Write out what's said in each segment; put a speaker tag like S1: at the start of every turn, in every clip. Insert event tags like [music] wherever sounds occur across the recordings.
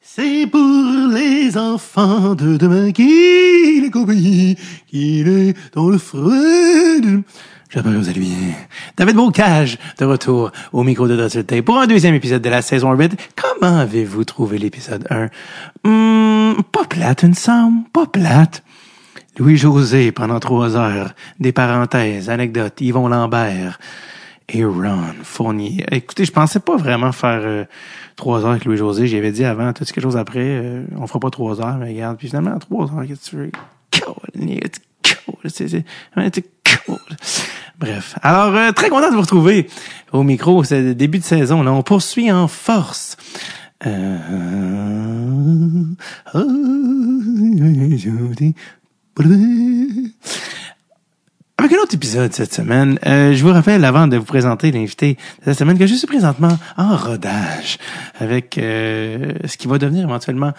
S1: C'est pour les enfants de demain qu'il est compagnie, qu'il est dans le Freud. J'espère que vous allez bien. David Bocage, de retour au micro de Dotsulté pour un deuxième épisode de la saison 8. Comment avez-vous trouvé l'épisode 1? Hmm, pas plate, une somme, pas plate. Louis-José pendant trois heures, des parenthèses, anecdotes, Yvon Lambert et Ron Fournier. Écoutez, je pensais pas vraiment faire euh, trois heures avec Louis-José. J'avais dit avant, t'as-tu quelque chose après? Euh, on fera pas trois heures, mais regarde. Puis finalement, à trois heures, qu'est-ce que tu veux? Cool, it's cool, c'est- c'est- it's cool. Bref. Alors, euh, très content de vous retrouver au micro. C'est le début de saison. Là, on poursuit en force. Euh, avec un autre épisode cette semaine, euh, je vous rappelle avant de vous présenter l'invité de cette semaine que je suis présentement en rodage avec euh, ce qui va devenir éventuellement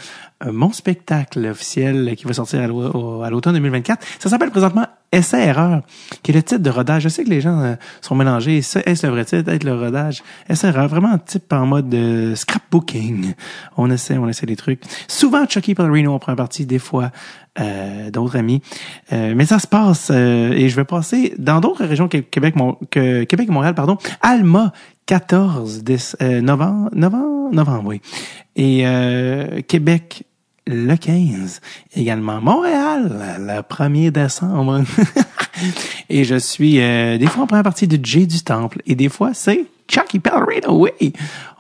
S1: euh, mon spectacle officiel qui va sortir à l'au- au- à l'automne 2024. Ça s'appelle présentement Essai erreur, qui est le titre de rodage. Je sais que les gens euh, sont mélangés. Ça, Est-ce le vrai titre? Est-ce le rodage? Essai erreur, vraiment type en mode euh, scrapbooking. On essaie, on essaie des trucs. Souvent Chucky Pellerino en prend partie, des fois euh, d'autres amis. Euh, mais ça se passe euh, et je vais passer dans d'autres régions que Québec, Mon- que Québec et Montréal, pardon. Alma, 14 déce- euh, novembre, novembre, novembre, oui. Et euh, Québec, le 15. Également Montréal, le 1er décembre. [laughs] et je suis euh, des fois en première partie de Jay du Temple et des fois c'est Chucky Pellerino, oui.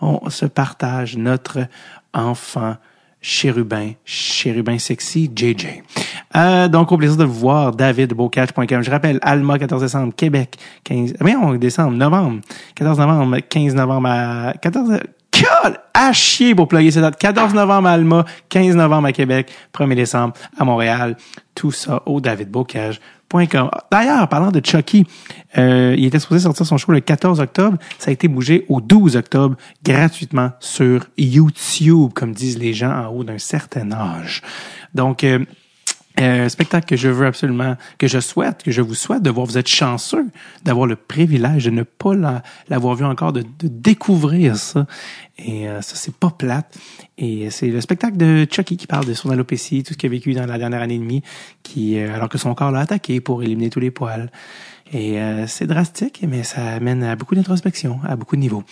S1: On se partage notre enfant chérubin, chérubin sexy, JJ. Euh, donc, au plaisir de vous voir, davidbocage.com. Je rappelle, Alma, 14 décembre, Québec, 15... Mais on décembre, novembre, 14 novembre, 15 novembre à... 14... Colle! À chier pour plugger ces dates. 14 novembre à Alma, 15 novembre à Québec, 1er décembre à Montréal. Tout ça au davidbocage.com. D'ailleurs, parlant de Chucky, euh, il était supposé sortir son show le 14 octobre. Ça a été bougé au 12 octobre gratuitement sur YouTube, comme disent les gens en haut d'un certain âge. Donc, euh, euh, spectacle que je veux absolument, que je souhaite, que je vous souhaite de voir. Vous êtes chanceux d'avoir le privilège de ne pas la- l'avoir vu encore, de, de découvrir ça. Et euh, ça, c'est pas plate. Et c'est le spectacle de Chucky qui parle de son alopécie, tout ce qu'il a vécu dans la dernière année et demie, qui, euh, alors que son corps l'a attaqué pour éliminer tous les poils. Et euh, c'est drastique, mais ça amène à beaucoup d'introspection, à beaucoup de niveaux.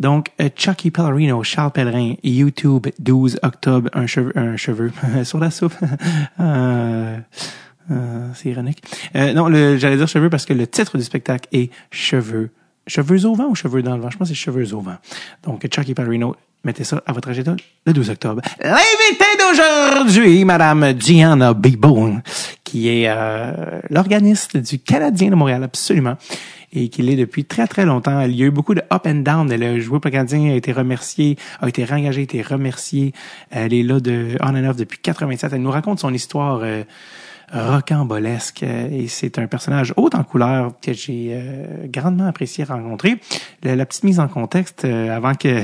S1: Donc, euh, Chucky Pellerino, Charles Pellerin, YouTube, 12 octobre, un cheveu, un cheveu [laughs] sur la soupe. Euh, euh, c'est ironique. Euh, non, le- j'allais dire cheveux parce que le titre du spectacle est Cheveux. Cheveux au vent ou cheveux dans le vent? Je pense que c'est cheveux au vent. Donc, Chucky Pellerino, mettez ça à votre agenda le 12 octobre. L'invité d'aujourd'hui, Madame Gianna Bibone, qui est euh, l'organiste du Canadien de Montréal, absolument, et qui l'est depuis très très longtemps. Il y a eu beaucoup de up and down. Elle a joué pour le Canadien, a été remerciée, a été réengagée, a été remerciée. Elle est là de on and off depuis 87. Elle nous raconte son histoire. euh, rocambolesque euh, et c'est un personnage haut en couleur que j'ai euh, grandement apprécié rencontrer. Le- la petite mise en contexte euh, avant que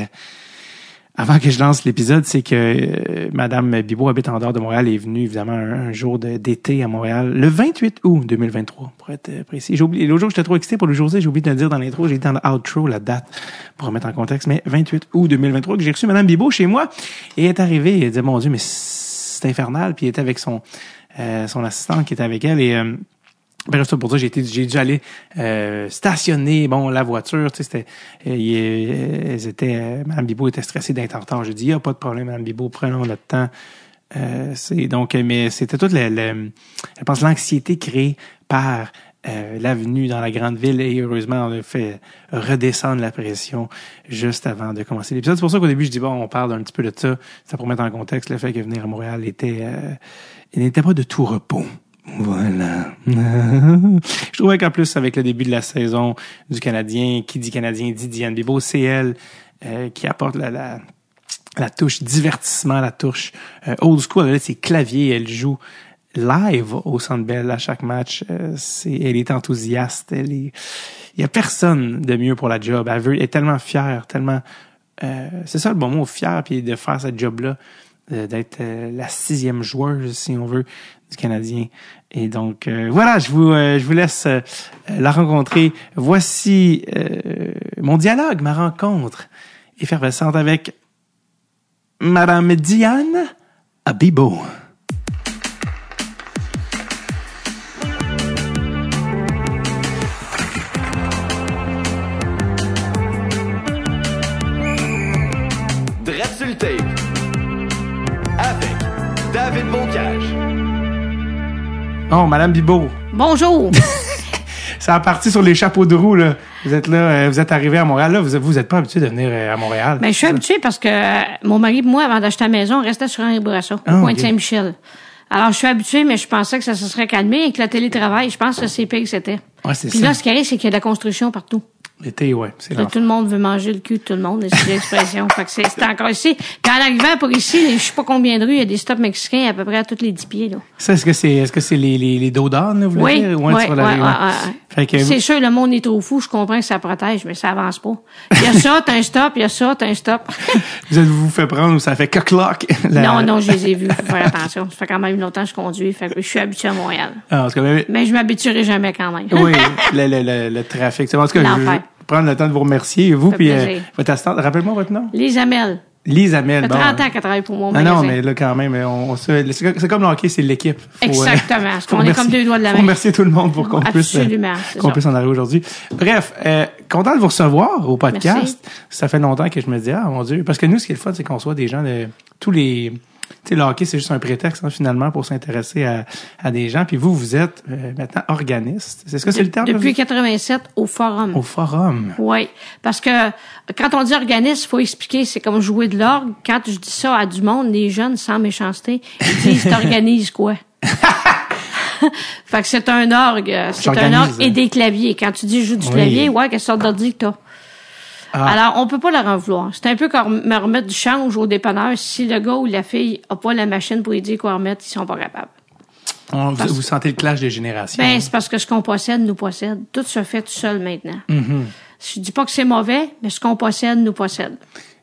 S1: avant que je lance l'épisode, c'est que euh, Madame Bibot habite en dehors de Montréal et est venue évidemment un, un jour de- d'été à Montréal, le 28 août 2023, pour être euh, précis. J'ai oublié, l'autre jour, j'étais trop excité pour le jour j'ai oublié de le dire dans l'intro, j'ai dit dans l'outro la date pour remettre en contexte, mais 28 août 2023, que j'ai reçu Madame Bibot chez moi et elle est arrivée et elle dit mon Dieu, mais c'est infernal, puis elle était avec son euh, son assistant qui était avec elle et euh, Bref, ça pour ça, j'ai été, j'ai dû aller euh, stationner, bon, la voiture, tu sais, c'était, euh, il- euh, elles étaient, euh, Madame Bibot était stressée d'être en retard. J'ai dit, il n'y a pas de problème, Madame Bibot, prenons notre temps. Euh, c'est donc, euh, mais c'était toute la, la- je pense, l'anxiété créée par euh, l'avenue dans la grande ville et heureusement, on a fait redescendre la pression juste avant de commencer l'épisode. C'est pour ça qu'au début, je dis, bon, on parle un petit peu de ça. Ça pour mettre en contexte le fait que venir à Montréal était, euh, il n'était pas de tout repos. Voilà. [laughs] Je trouvais qu'en plus, avec le début de la saison du Canadien, qui dit Canadien dit Diane Bibo, c'est elle euh, qui apporte la, la, la touche divertissement, la touche euh, old school. Elle a ses claviers, elle joue live au Centre Bell à chaque match. Euh, c'est, elle est enthousiaste. Elle est, il y a personne de mieux pour la job. Elle, veut, elle est tellement fière, tellement euh, c'est ça le bon mot, fier, puis de faire cette job-là, euh, d'être euh, la sixième joueuse, si on veut, du Canadien. Et donc, euh, voilà, je vous, euh, je vous laisse euh, euh, la rencontrer. Voici euh, mon dialogue, ma rencontre effervescente avec Madame Diane Abibo.
S2: Drette sur le tape. Avec David Boncage.
S1: Oh, Madame Bibo.
S3: Bonjour! [laughs]
S1: Ça a parti sur les chapeaux de roue, là. Vous êtes là, euh, vous êtes arrivé à Montréal. Là, vous vous êtes pas habitué de venir euh, à Montréal.
S3: Ben, je suis habituée parce que euh, mon mari et moi, avant d'acheter la maison, on restait sur Henri Bourassa,
S1: Ah,
S3: au coin
S1: ok.
S3: de Saint-Michel. Alors, je suis habituée, mais je pensais que ça se serait calmé et que le télétravail, je pense que c'est pire que c'était.
S1: Ouais, c'est
S3: Puis
S1: ça. Ah.
S3: là, ce qui arrive, c'est qu'il y a de la construction partout.
S1: L'été, ouais, c'est
S3: Là,
S1: l'enfer.
S3: tout le monde veut manger le cul de tout le monde, c'est l'expression. [laughs] fait que c'est c'est encore ici. Puis en arrivant pour ici, je sais pas combien de rues, il y a des stops mexicains à peu près à tous les 10 pieds, là.
S1: Ça, est-ce que c'est, est-ce que c'est les, les, les dos d'âne, là, vous voulez
S3: Oui,
S1: dire?
S3: oui,
S1: tu vas l'aller,
S3: oui,
S1: ouais.
S3: oui, oui.
S1: Fait que,
S3: C'est sûr, le monde est trop fou, je comprends que ça protège, mais ça avance pas. Il y a ça, t'as un stop, il y a ça, t'as un stop. [laughs]
S1: vous êtes- vous fait prendre ou ça fait [laughs] coq-cloc?
S3: Non, non, je les ai vus. Faut faire attention. Ça fait quand même longtemps que je conduis. Fait que je suis habituée à Montréal.
S1: Ah, en tout cas, mais-
S3: Mais je m'habituerai jamais quand même.
S1: oui, le, le, le, le trafic. En tout cas, je- je vais
S3: L'enfer.
S1: prendre le temps de vous remercier. Vous,
S3: Fait
S1: puis, euh,
S3: plaisir.
S1: votre assistante, rappelle-moi votre nom.
S3: Les Amel.
S1: Lise Amel.
S3: Ça fait
S1: bon. hein.
S3: 30 ans qu'elle travaille pour mon
S1: Ah Non,
S3: magasin.
S1: non, mais là, quand même, euh, on, on se- c'est comme- c'est comme le hockey, c'est l'équipe. Faut, euh,
S3: Exactement.
S1: [laughs] faut
S3: On est comme deux doigts de la
S1: faut
S3: main.
S1: remercier tout le monde pour qu'on puisse, euh,
S3: Absolument, c'est
S1: qu'on
S3: ça.
S1: puisse en arriver aujourd'hui. Bref, euh, content de vous recevoir au podcast.
S3: Merci.
S1: Ça fait longtemps que je me dis, ah mon Dieu, parce que nous, ce qui est le fun, c'est qu'on soit des gens de tous les. Tu sais, le hockey, c'est juste un prétexte, hein, finalement, pour s'intéresser à, à des gens. Puis vous, vous êtes euh, maintenant organiste. C'est ce que c'est le terme? là,
S3: Depuis
S1: vous-
S3: 87 au forum.
S1: Au forum.
S3: Oui. Parce que quand on dit organisme, faut expliquer, c'est comme jouer de l'orgue. Quand je dis ça à du monde, les jeunes, sans méchanceté, ils disent
S1: [laughs]
S3: t'organises quoi? fait que c'est un orgue. euh, C'est un
S1: J'organise.
S3: orgue et des claviers. Quand tu dis joue du
S1: Oui.
S3: clavier, ouais, quelle sorte d'ordi que t'as?
S1: Ah.
S3: Alors, on peut pas leur en vouloir. C'est un peu comme me remettre du change au dépanneur si le gars ou la fille a pas la machine pour lui dire quoi remettre, ils sont pas capables.
S1: On- vous, vous sentez le clash des générations.
S3: Ben, c'est parce que ce qu'on possède nous possède. Tout se fait tout seul maintenant.
S1: Mm-hmm.
S3: Je dis pas que c'est mauvais, mais ce qu'on possède nous possède.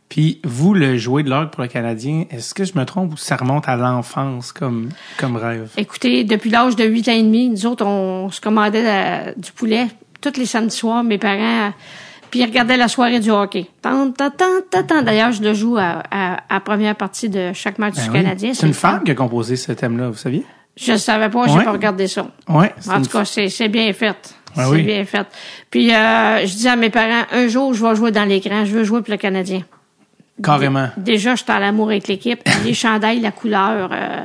S1: Puis vous, le jouer de l'orgue pour le Canadien, est-ce que je me trompe ou ça remonte à l'enfance comme, comme rêve?
S3: Écoutez, depuis l'âge de 8 ans et demi, nous autres, on se commandait la- du poulet tous les samedis soirs, mes parents, euh, puis ils regardaient la soirée du hockey. Tant, tant, tant, tant, tant. D'ailleurs, je le joue à, à- à première partie de chaque match
S1: Ben
S3: du
S1: oui.
S3: Canadien.
S1: C'est une
S3: le fun.
S1: femme qui a composé ce thème-là, vous saviez?
S3: Je le savais pas, j'ai
S1: Ouais.
S3: pas regardé ça.
S1: Oui.
S3: En tout cas, c'est c'est bien fait.
S1: Ah
S3: c'est
S1: oui.
S3: bien fait. Puis euh, je dis à mes parents, un jour, je vais jouer dans l'écran, je veux jouer pour le Canadien.
S1: Carrément.
S3: Déjà, j'étais en amour
S1: [laughs]
S3: avec l'équipe. Les chandails, la couleur euh,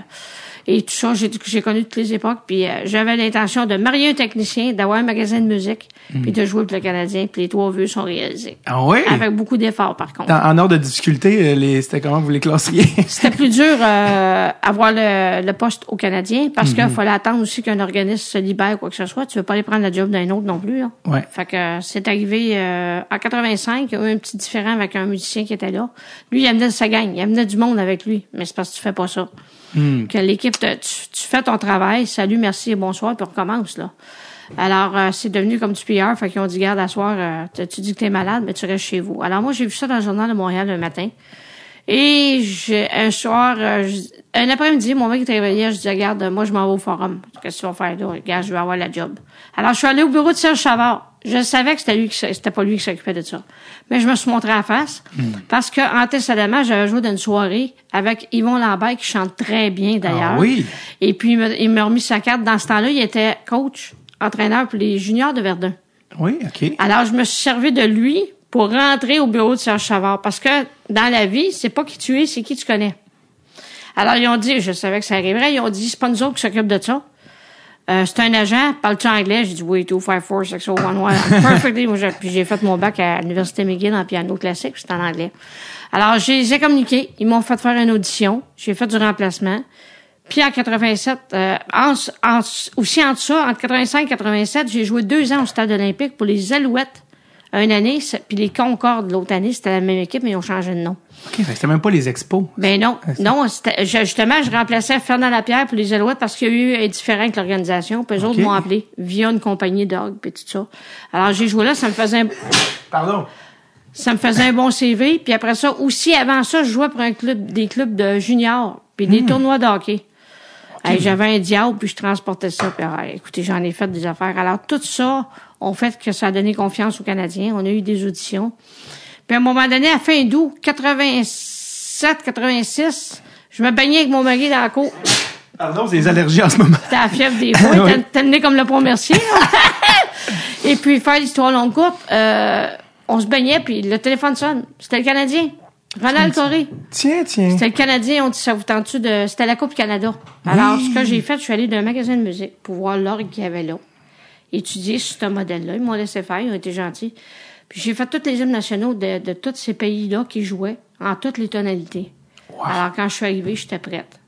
S3: et tout ça, j'ai, j'ai connu toutes les époques. Puis euh, j'avais l'intention de marier un technicien, d'avoir un magasin de musique, puis de jouer pour le Canadien. Puis les trois vœux sont réalisés.
S1: Mm. Ah oui?
S3: Avec beaucoup d'efforts, par contre.
S1: Dans- en ordre de difficulté, euh, les- c'était comment vous les classeriez?
S3: C'était plus dur euh, avoir le, le poste au Canadien parce qu'il fallait attendre aussi qu'un organisme se libère ou quoi que ce soit. Tu veux pas aller prendre la job d'un autre non plus. Là.
S1: Ouais.
S3: Fait que euh, c'est arrivé euh, en 85, il y a eu un petit différent avec un musicien qui était là. Lui, il amenait de sa gang, il amenait du monde avec lui, mais c'est parce que tu fais pas ça. Que l'équipe, te- tu, tu fais ton travail, salut, merci et bonsoir, puis on recommence là. Alors, euh, c'est devenu comme du PR, fait qu'ils ont dit, garde, à soir, euh, tu- tu dis que t'es malade, mais tu restes chez vous. Alors moi, j'ai vu ça dans le journal de Montréal le matin. Et j'ai- un soir, euh, je- un après-midi, mon mec était réveillé, je dis Regarde, moi je m'en vais au forum. Qu'est-ce que tu vas faire là? Regarde, je vais avoir la job. Alors je suis allée au bureau de Serge Savard. Je savais que c'était lui qui s'oc- c'était pas lui qui s'occupait de ça. Mais je me suis montrée à la face
S1: Hmm.
S3: parce que antécédemment, j'avais joué d'une soirée avec Yvon Lambert qui chante très bien d'ailleurs.
S1: Ah oui?
S3: Et puis il me- il m'a remis sa carte. Dans ce temps-là, il était coach, entraîneur pour les juniors de Verdun.
S1: [laughs] Oui, OK.
S3: Alors, je me suis servi de lui pour rentrer au bureau de Serge Savard. Parce que dans la vie, c'est pas qui tu es, c'est qui tu connais. Alors, ils ont dit, je savais que ça arriverait, ils ont dit, c'est pas nous autres qui s'occupent de ça. Euh, c'est un agent, parle-tu anglais? J'ai dit oui, 254, 601, perfectly. Moi, j'ai- Puis j'ai fait mon bac à l'Université McGill en piano classique, c'était en anglais. Alors, je les ai communiqués, ils m'ont fait faire une audition, j'ai fait du remplacement. Puis en 87, euh, en, s- en s- aussi en dessous, entre 85 et 87, j'ai joué deux ans au Stade olympique pour les Alouettes une année, c'est- puis les Concordes l'autre année, c'était la même équipe, mais ils ont changé de nom.
S1: OK, fait que c'était même pas les expos.
S3: Ben non, non, c'était- je- justement, je remplaçais Fernand Lapierre pour les Alouettes parce qu'il y a eu un différent avec l'organisation. Puis eux
S1: Ok.
S3: autres m'ont appelé via une compagnie d'orgue puis tout ça. Alors j'ai joué là, ça me faisait un,
S1: Pardon?
S3: ça me faisait un bon CV. Puis après ça, aussi avant ça, je jouais pour un club, des clubs de juniors puis des tournois de hockey. Hey, J'avais un diable puis je transportais ça. Puis, ah, écoutez, j'en ai fait des affaires. Alors tout ça, on fait que ça a donné confiance aux Canadiens. On a eu des auditions. Puis à un moment donné, à fin d'août 86 87, 86, je me baignais avec mon mari dans la cour.
S1: Pardon, c'est des allergies en ce moment.
S3: T'as la fièvre des fois,
S1: Oui.
S3: t'as- t'as le nez comme le pommercier. [laughs] Et puis, faire l'histoire longue coupe, euh, on se baignait, puis le téléphone sonne. C'était le Canadien. Ronald Coré.
S1: Tiens, tiens.
S3: C'était le Canadien, on dit, ça vous tente de... C'était la Coupe Canada. Alors, ce que j'ai fait, je suis allée d'un magasin de musique pour voir l'orgue qu'il y avait là. Étudier sur ce modèle-là. Ils m'ont laissé faire, ils ont été gentils. Puis j'ai fait tous les hymnes nationaux de, de tous ces pays-là qui jouaient en toutes les tonalités. Alors, quand je suis arrivée, j'étais prête.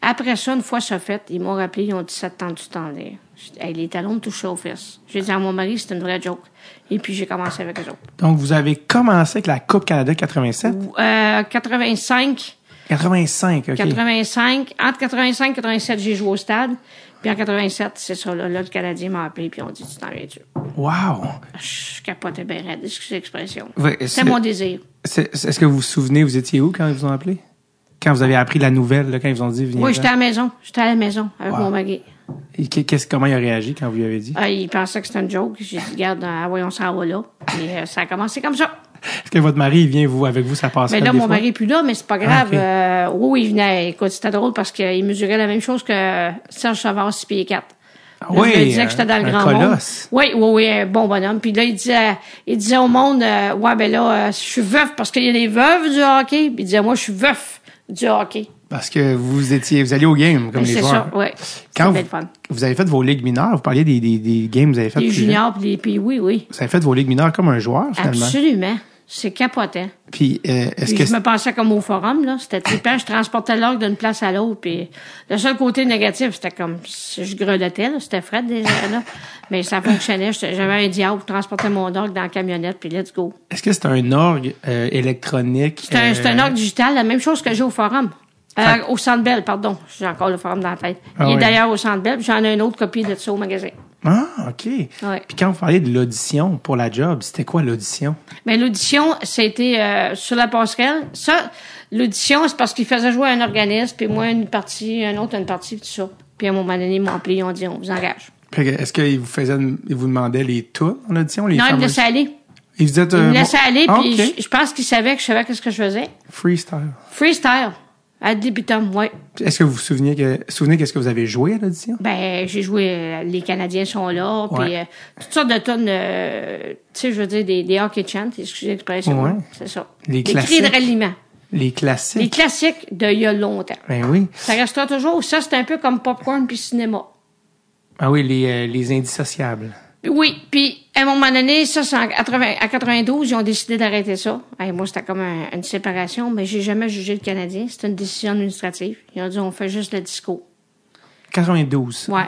S3: Après ça, une fois ça fait, ils m'ont rappelé, ils ont dit ça te tente du temps d'air. J'ai dit, Hey, les talons me touchaient aux fesses. J'ai dit à mon mari, c'est une vraie joke. Et puis j'ai commencé avec eux autres.
S1: Donc, vous avez commencé avec la Coupe Canada 87?
S3: Euh, 85,
S1: 85, OK.
S3: 85, entre 85 et 87, j'ai joué au stade. Puis en 87, c'est ça, là, là, le Canadien m'a appelé, puis on dit, tu t'en viens-tu? Ah,
S1: Wow!
S3: Je capotais bien raide, excusez l'expression.
S1: Ouais, et c'est-
S3: C'était mon désir.
S1: C'est- c'est- Est-ce que vous vous souvenez, vous étiez où quand ils vous ont appelé? Quand vous avez appris la nouvelle, là, quand ils vous ont dit, venez.
S3: Oui, j'étais à la maison. J'étais à la maison avec
S1: Wow.
S3: mon mari.
S1: Et qu'est- qu'est-ce- Comment il a réagi quand vous lui avez dit?
S3: Ah, il pensait que c'était une joke. J'ai dit, regarde, euh, ah, ouais, on s'en va là. Et euh, ça a commencé comme ça.
S1: Est-ce que votre mari, il vient vous, avec vous, ça passe
S3: Mais
S1: pas
S3: là,
S1: des
S3: mon
S1: fois? Ah,
S3: mari est plus là, mais c'est pas grave.
S1: ok.
S3: Euh, oui, il venait. Écoute, c'était drôle parce qu'il mesurait la même chose que Serge Savard, 6 pieds 4.
S1: Ah oui,
S3: il disait que j'étais dans le
S1: un
S3: grand
S1: colosse.
S3: monde. Oui, oui, oui, un bon bonhomme. Puis là, il disait, il disait au monde, euh, ouais, ben là, euh, je suis veuf parce qu'il y a les veuves du hockey. Puis il disait, moi, je suis veuf du hockey.
S1: Parce que vous étiez, vous alliez au game, comme
S3: Ben,
S1: les
S3: C'est
S1: joueurs.
S3: ça, oui.
S1: Quand
S3: C'était
S1: vous,
S3: le fun.
S1: vous avez fait vos ligues mineures, vous parliez des, des, des games que vous avez fait
S3: Les
S1: plus jeune.
S3: juniors, puis les puis oui, oui.
S1: Vous avez fait vos ligues mineures comme un joueur, finalement.
S3: Absolument. C'est capotant.
S1: Puis, euh, est-ce
S3: Puis
S1: que.
S3: je me pensais comme au forum, là. C'était trippant. Je transportais l'orgue d'une place à l'autre. Puis le seul côté négatif, c'était comme si je grelottais, là. C'était frais déjà, là. Mais ça fonctionnait. J'étais- J'avais un diable pour transporter mon orgue dans la camionnette, puis let's go.
S1: Est-ce que c'est un orgue euh, électronique?
S3: C'est un, c'est un
S1: euh,
S3: orgue digital, la même chose que j'ai au forum. Euh,
S1: Fait-
S3: au Centre Bell, pardon. J'ai encore le forum dans la tête.
S1: Ah
S3: Il est
S1: oui.
S3: d'ailleurs au Centre Bell, puis j'en ai une autre copie de ça au magasin.
S1: Ah, OK. Puis quand vous parliez de l'audition pour la job, c'était quoi l'audition?
S3: Mais l'audition, c'était euh, sur la passerelle. Ça, l'audition, c'est parce qu'ils faisaient jouer un organisme, puis moi une partie, un autre une partie, puis tout ça. Puis à un moment donné, ils m'ont appelé, ils ont dit, on vous engage.
S1: Fait que, Est-ce qu'ils vous faisaient, une- ils vous demandaient les tunes en audition? Les
S3: non, ils me
S1: fameuses-
S3: laissaient aller.
S1: Ils vous disaient,
S3: Ils
S1: euh,
S3: me
S1: bon-
S3: laissaient aller, puis
S1: OK.
S3: je, je pense qu'ils savaient que je savais qu'est-ce que je faisais.
S1: Freestyle.
S3: Freestyle. Ad libitum, ouais.
S1: Puis Est-ce que vous vous souvenez que, souvenez qu'est-ce que vous avez joué à l'audition?
S3: Ben, j'ai joué euh, Les Canadiens sont là, puis
S1: Ouais.
S3: euh, toutes sortes de tonnes, euh, tu sais, je veux dire, des, des hockey chants, excusez l'expression.
S1: Ouais.
S3: hein, C'est ça.
S1: Les
S3: des cris
S1: classiques.
S3: de ralliement.
S1: Les
S3: Les
S1: classiques?
S3: classiques de il y a longtemps.
S1: Ben oui.
S3: Ça restera toujours. Ça, c'est un peu comme popcorn puis cinéma.
S1: Ah oui, les, euh, les indissociables.
S3: Oui, puis à un moment donné, ça, c'est en 80 à 92, ils ont décidé d'arrêter ça. Hey, moi, c'était comme un- une séparation, mais j'ai jamais jugé le Canadien. C'était une décision administrative. Ils ont dit, on fait juste le disco.
S1: 92.
S3: Ouais.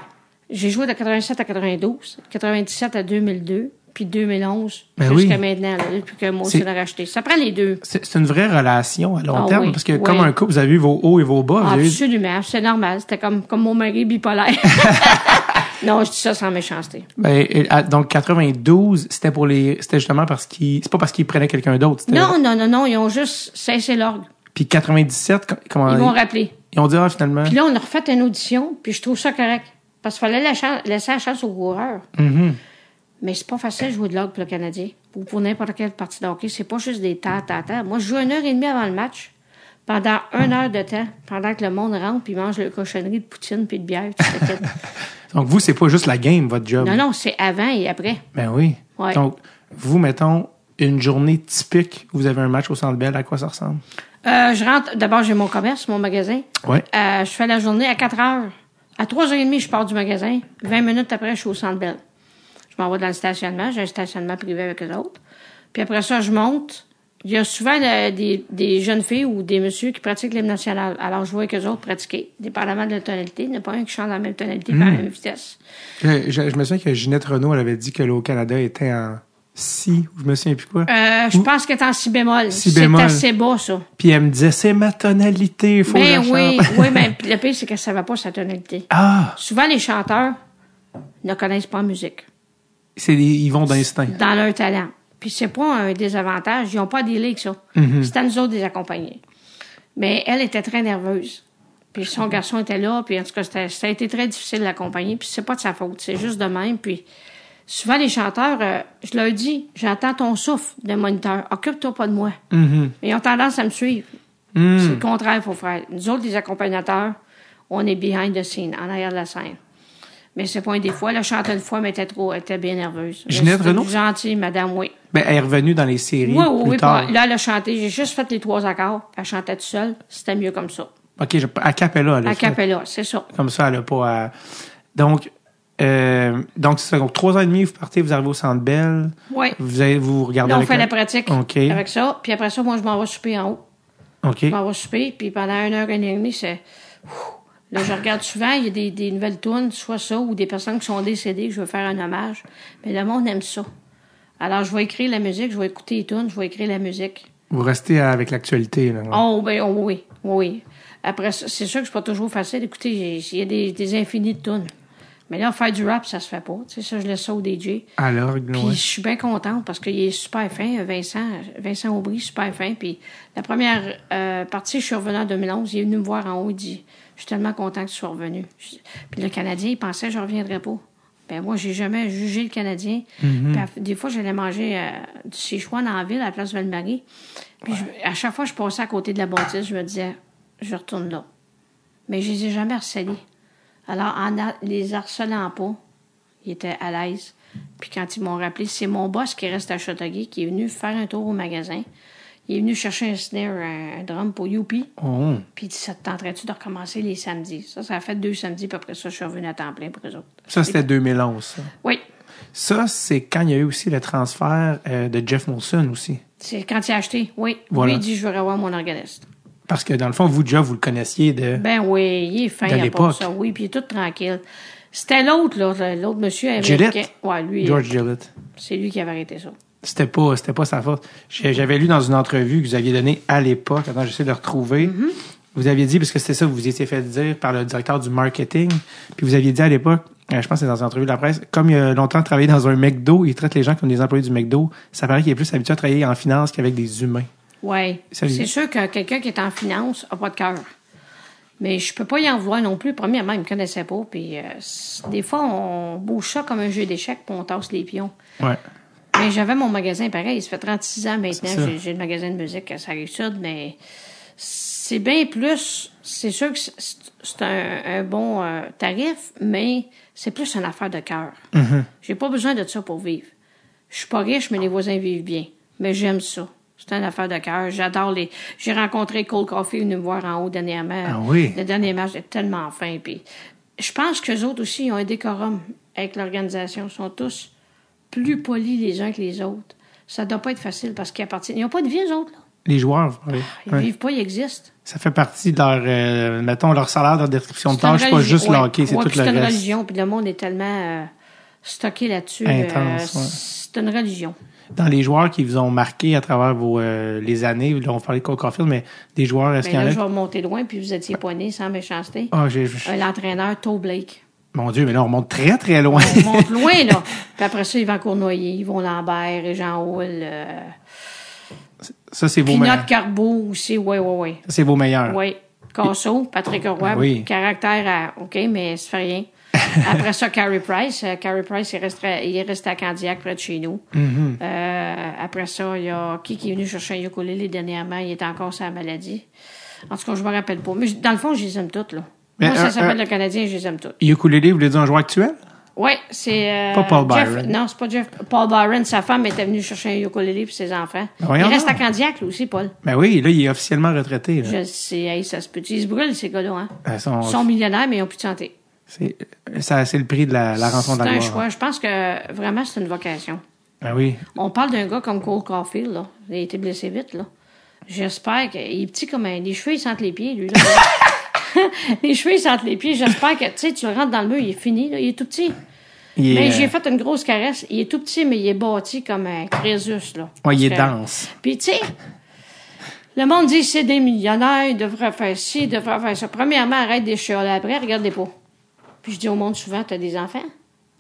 S3: J'ai joué de 87 à 92, 97 à 2002, puis 2011
S1: Ben
S3: jusqu'à
S1: oui.
S3: maintenant, là, depuis que moi,
S1: C'est-
S3: c'est l'a racheté. Ça prend les deux.
S1: C'est c'est une vraie relation à long
S3: Ah
S1: terme
S3: oui,
S1: parce que
S3: oui.
S1: comme un couple, vous avez eu vos hauts et vos bas. vous avez eu-
S3: Absolument, c'est normal. C'était comme, comme mon
S1: [laughs]
S3: mari bipolaire. non, je dis ça sans méchanceté.
S1: Ben, et- ah, donc 92, c'était pour les c'était justement parce qu'ils c'est pas parce qu'ils prenaient quelqu'un d'autre, c'était-
S3: Non, non, non, non, ils ont juste cessé l'orgue.
S1: Puis 97 com- comment
S3: Ils m'ont rappelé.
S1: ils ont dit ah finalement.
S3: Puis là, on a refait une audition, puis je trouve ça correct. Parce qu'il fallait la chan- laisser la chance au coureur.
S1: Mhm.
S3: Mais c'est pas facile de jouer de l'orgue pour le Canadien. Ou pour n'importe quelle partie de hockey. C'est pas juste des tas, tas, tas. Moi, je joue une heure et demie avant le match. Pendant une heure de temps, pendant que le monde rentre puis mange le cochonnerie de poutine puis de bière. puis de paquets.
S1: Donc vous c'est pas juste la game votre job.
S3: non, non, c'est avant et après.
S1: Ben oui.
S3: Ouais.
S1: Donc vous mettons une journée typique, vous avez un match au Centre Bell, à quoi ça ressemble
S3: Euh, je rentre, d'abord, j'ai mon commerce, mon magasin.
S1: Ouais.
S3: Euh, je fais la journée à 4 heures. À 3h30, je pars du magasin. 20 minutes après, je suis au centre Bell. Je m'en vais dans le stationnement. J'ai un stationnement privé avec eux autres. Puis après ça, je monte. Il y a souvent le- des, des jeunes filles ou des messieurs qui pratiquent l'hymne national. Alors, je vois que les autres pratiquer, dépendamment de la tonalité. Il n'y en a pas un qui chante la même tonalité,
S1: Hmm.
S3: pas à la même vitesse.
S1: Je, je- je me souviens que Ginette Renault elle avait dit que le Haut Canada était en si, je me souviens plus quoi.
S3: Euh, je pense qu'elle est en si bémol.
S1: Si bémol.
S3: C'est assez bas, ça.
S1: Puis elle me disait c'est ma tonalité, il faut
S3: Mais
S1: que je
S3: Ben oui,
S1: chante.
S3: oui, mais le pire, c'est qu'elle ne savait pas sa tonalité.
S1: [laughs] Ah,
S3: Souvent, les chanteurs ne connaissent pas la musique.
S1: c'est des- ils vont d'instinct.
S3: dans leur talent. Puis c'est pas un désavantage, ils ont pas délai que ça. C'est à nous autres de les accompagner. Mais elle était très nerveuse. Puis son garçon était là, puis en tout cas, c'était- ça a été très difficile de l'accompagner, puis c'est pas de sa faute, c'est juste de même. Puis souvent, les chanteurs, euh, je leur
S1: Mm-hmm.
S3: dis, j'entends ton souffle de moniteur, occupe-toi pas de moi. Mais ils ont tendance à me suivre.
S1: Mm.
S3: C'est le contraire qu'il faut faire. Nous autres, les accompagnateurs, on est behind the scene, en arrière de la scène. Mais c'est pas un des fois. Là, je chantais une fois, mais elle était trop, elle était bien nerveuse. Mais
S1: Ginette
S3: c'est une
S1: Renaud?
S3: Gentille, madame, oui.
S1: Ben, elle est revenue dans les séries
S3: Oui, oui,
S1: plus
S3: oui.
S1: tard.
S3: puis bah, Là, elle a chanté. J'ai juste fait les trois accords. puis Elle chantait toute seule. C'était mieux comme ça.
S1: OK, je, à Capella. elle a
S3: À
S1: fait.
S3: Capella, c'est ça.
S1: Comme ça, elle n'a pas à... Donc, euh, donc, c'est ça. Donc, trois ans et demi, vous partez, vous arrivez au Centre Bell.
S3: Oui.
S1: Vous, allez- vous regardez
S3: Là,
S1: Mm.
S3: on
S1: avec
S3: fait
S1: elle.
S3: la pratique
S1: OK.
S3: avec ça. Puis après ça, moi, je m'en vais souper en haut.
S1: OK.
S3: Je m'en vais souper. Puis pendant une heure et demie, c'est. Ouh. Là, je regarde souvent, il y a des, des nouvelles tunes, soit ça, ou des personnes qui sont décédées, que je veux faire un hommage. Mais le monde aime ça. Alors, je vais écrire la musique, je vais écouter les tunes, je vais écrire la musique.
S1: Vous restez à- avec l'actualité. là.
S3: Oh, ben, oh, oui, oui. Après, ça, c'est sûr que c'est pas toujours facile. Écoutez, j'ai- il y a des, des infinis de tunes. Mais là, faire du rap, ça se fait pas. Tu sais, ça, je laisse ça au DJ.
S1: À l'orgue,
S3: Puis
S1: ouais.
S3: je suis bien contente parce qu'il est super fin, euh, Vincent, Vincent Aubry, super fin. Puis la première euh, partie, je suis revenue en 2011, il est venu me voir en haut, il dit « Je suis tellement content que tu sois revenu. » Je- Puis le Canadien, il pensait que je reviendrais pas. Ben moi, j'ai jamais jugé le Canadien. Puis à- des fois, j'allais manger euh, du Sichuan en ville, à la place Val-Marie. Puis je- à chaque fois que je passais à côté de la bâtisse, je me disais « Je retourne là. » Mais je les ai jamais harcelés. Alors, en a- les harcelant pas, ils étaient à l'aise. Puis quand ils m'ont rappelé, c'est mon boss qui reste à Chateauguay, qui est venu faire un tour au magasin. Il est venu chercher un snare, un, un drum pour Youpi.
S1: Oh.
S3: Puis il dit, ça te tenterait-tu de recommencer les samedis? Ça, ça a fait deux samedis, puis après ça, je suis revenue à temps plein pour eux autres.
S1: Ça, c'était 2011. ça.
S3: Oui,
S1: Ça, c'est quand il y a eu aussi le transfert euh, de Jeff Molson aussi.
S3: c'est quand il a acheté. Oui,
S1: Voilà.
S3: lui, il dit, je veux revoir mon organiste.
S1: Parce que dans le fond, vous, déjà, vous le connaissiez de.
S3: Ben oui, il est fin
S1: De
S3: à
S1: l'époque.
S3: part ça. Oui, puis il est tout tranquille. C'était l'autre, là, l'autre monsieur avec...
S1: Gillette?
S3: Ouais, lui,
S1: George Gillett.
S3: c'est lui qui avait arrêté ça.
S1: C'était pas, c'était pas sa faute. J'ai- J'avais lu dans une entrevue que vous aviez donnée à l'époque. Attends, j'essaie de le retrouver.
S3: Mm-hmm.
S1: Vous aviez dit, parce que c'était ça, vous vous étiez fait dire par le directeur du marketing. Puis vous aviez dit à l'époque, euh, je pense que c'est dans une entrevue de la presse, comme il a longtemps travaillé dans un McDo, il traite les gens comme des employés du McDo. Ça paraît qu'il est plus habitué à travailler en finance qu'avec des humains.
S3: Oui.
S1: Ça lui-
S3: C'est sûr que quelqu'un qui est en finance n'a pas de cœur. Mais je peux pas y en vouloir non plus. Premièrement, il me connaissait pas. Puis euh, c- des fois, on bouge ça comme un jeu d'échecs puis on tasse les pions.
S1: Ouais.
S3: Mais j'avais mon magasin pareil. Ça fait 36 ans maintenant.
S1: C'est ça.
S3: J'ai- J'ai le magasin de musique à Sarrive-Sud. Mais c'est bien plus. C'est sûr que c'est- c'est c'est un, un bon euh, tarif, mais c'est plus une affaire de cœur.
S1: Mm-hmm.
S3: J'ai pas besoin de ça pour vivre. Je suis pas riche, mais les voisins vivent bien. Mais j'aime ça. C'est une affaire de cœur. J'adore les. J'ai rencontré Cole Coffee venu me voir en haut dernièrement.
S1: Ah oui?
S3: Le dernier match était tellement fin. Puis je pense que les autres aussi ils ont un décorum avec l'organisation. Ils sont tous plus polis les uns que les autres. Ça doit pas être facile parce qu'ils appartiennent. Ils n'ont pas de vie, les autres. là.
S1: Les joueurs, vous parlez.
S3: Ils
S1: Ouais.
S3: vivent pas, ils existent.
S1: Ça fait partie de leur, euh, mettons, leur salaire, leur description de
S3: C'est une
S1: tâche, pas
S3: religion-
S1: juste
S3: ouais.
S1: le hockey, c'est
S3: Ouais,
S1: tout
S3: puis
S1: le
S3: C'est une
S1: reste.
S3: religion, puis le monde est tellement euh, stocké là-dessus. euh,
S1: Intense, ouais.
S3: C'est une religion.
S1: Dans les joueurs qui vous ont marqué à travers vos, euh, les années, là, on parlait de Cole Caulfield, mais des joueurs, est-ce
S3: Mais
S1: qu'il y en
S3: Ben là, je vais
S1: a?
S3: remonter loin, puis vous étiez pas né sans méchanceté.
S1: Ah, j'ai- j'ai-
S3: Euh, L'entraîneur, Toe Blake.
S1: Mon Dieu, mais là, on remonte très, très loin.
S3: On monte loin, là. Puis après ça, Yvan Cournoyer, Yvon Lambert, et Jean Houle, euh,
S1: [laughs] ça, c'est vos,
S3: Pinot
S1: meilleurs.
S3: Carbo aussi, oui, oui,
S1: Ça, c'est vos meilleurs.
S3: oui. Oui. Casso, Patrick Roy,
S1: Ah. Oui.
S3: caractère à OK, mais ça
S1: [laughs]
S3: fait rien. Après ça, Carrie Price. Euh, Carrie Price, il restait, il est resté à Candiac, près de chez nous.
S1: Mm-hmm.
S3: Euh, après ça, il y a qui qui est venu chercher un ukulélé dernièrement? Il était encore sa maladie. En tout cas, je me rappelle pas. Mais j- dans le fond, je les aime toutes, là.
S1: Mais
S3: Moi,
S1: un-
S3: ça s'appelle
S1: un-
S3: le Canadien, je les aime toutes.
S1: Ukulélé, vous voulez dire un joueur actuel?
S3: Oui, c'est. euh,
S1: Pas Paul
S3: Jeff-
S1: Byron.
S3: non, c'est pas Jeff. Paul Byron, sa femme était venue chercher un ukulélé pour ses enfants.
S1: Voyons
S3: il reste à
S1: donc.
S3: Candiac, lui aussi, Paul.
S1: Ben oui, là, il est officiellement retraité. là.
S3: Je sais, hey, ça se peut. Ils se brûlent, ces gars-là, hein.
S1: Elles sont-
S3: Ils sont millionnaires, mais ils ont plus de santé.
S1: C'est ça- c'est le prix de la, la rançon hein.
S3: C'est
S1: de la
S3: un
S1: gloire.
S3: choix. Je pense que vraiment, c'est une vocation.
S1: Ben oui.
S3: On parle d'un gars comme Cole Caulfield, là. Il a été blessé vite, là. J'espère qu'il est petit comme un. Les cheveux, ils sentent les pieds,
S1: [laughs]
S3: lui, là. [laughs] les cheveux, ils sentent les pieds. J'espère que, tu sais, tu le rentres dans le mur, il est fini, là. Il est tout petit.
S1: Il est,
S3: Mais
S1: euh,
S3: j'ai fait une grosse caresse. Il est tout petit, mais il est bâti comme un Crésus, là.
S1: Ouais, il est
S3: Parce que-
S1: dense.
S3: Puis, tu sais, le monde dit c'est des millionnaires, ils devraient faire ci, ils devraient faire ça. Premièrement, arrête des chialer après, regarde les pots. Puis, je dis au monde souvent, t'as des enfants?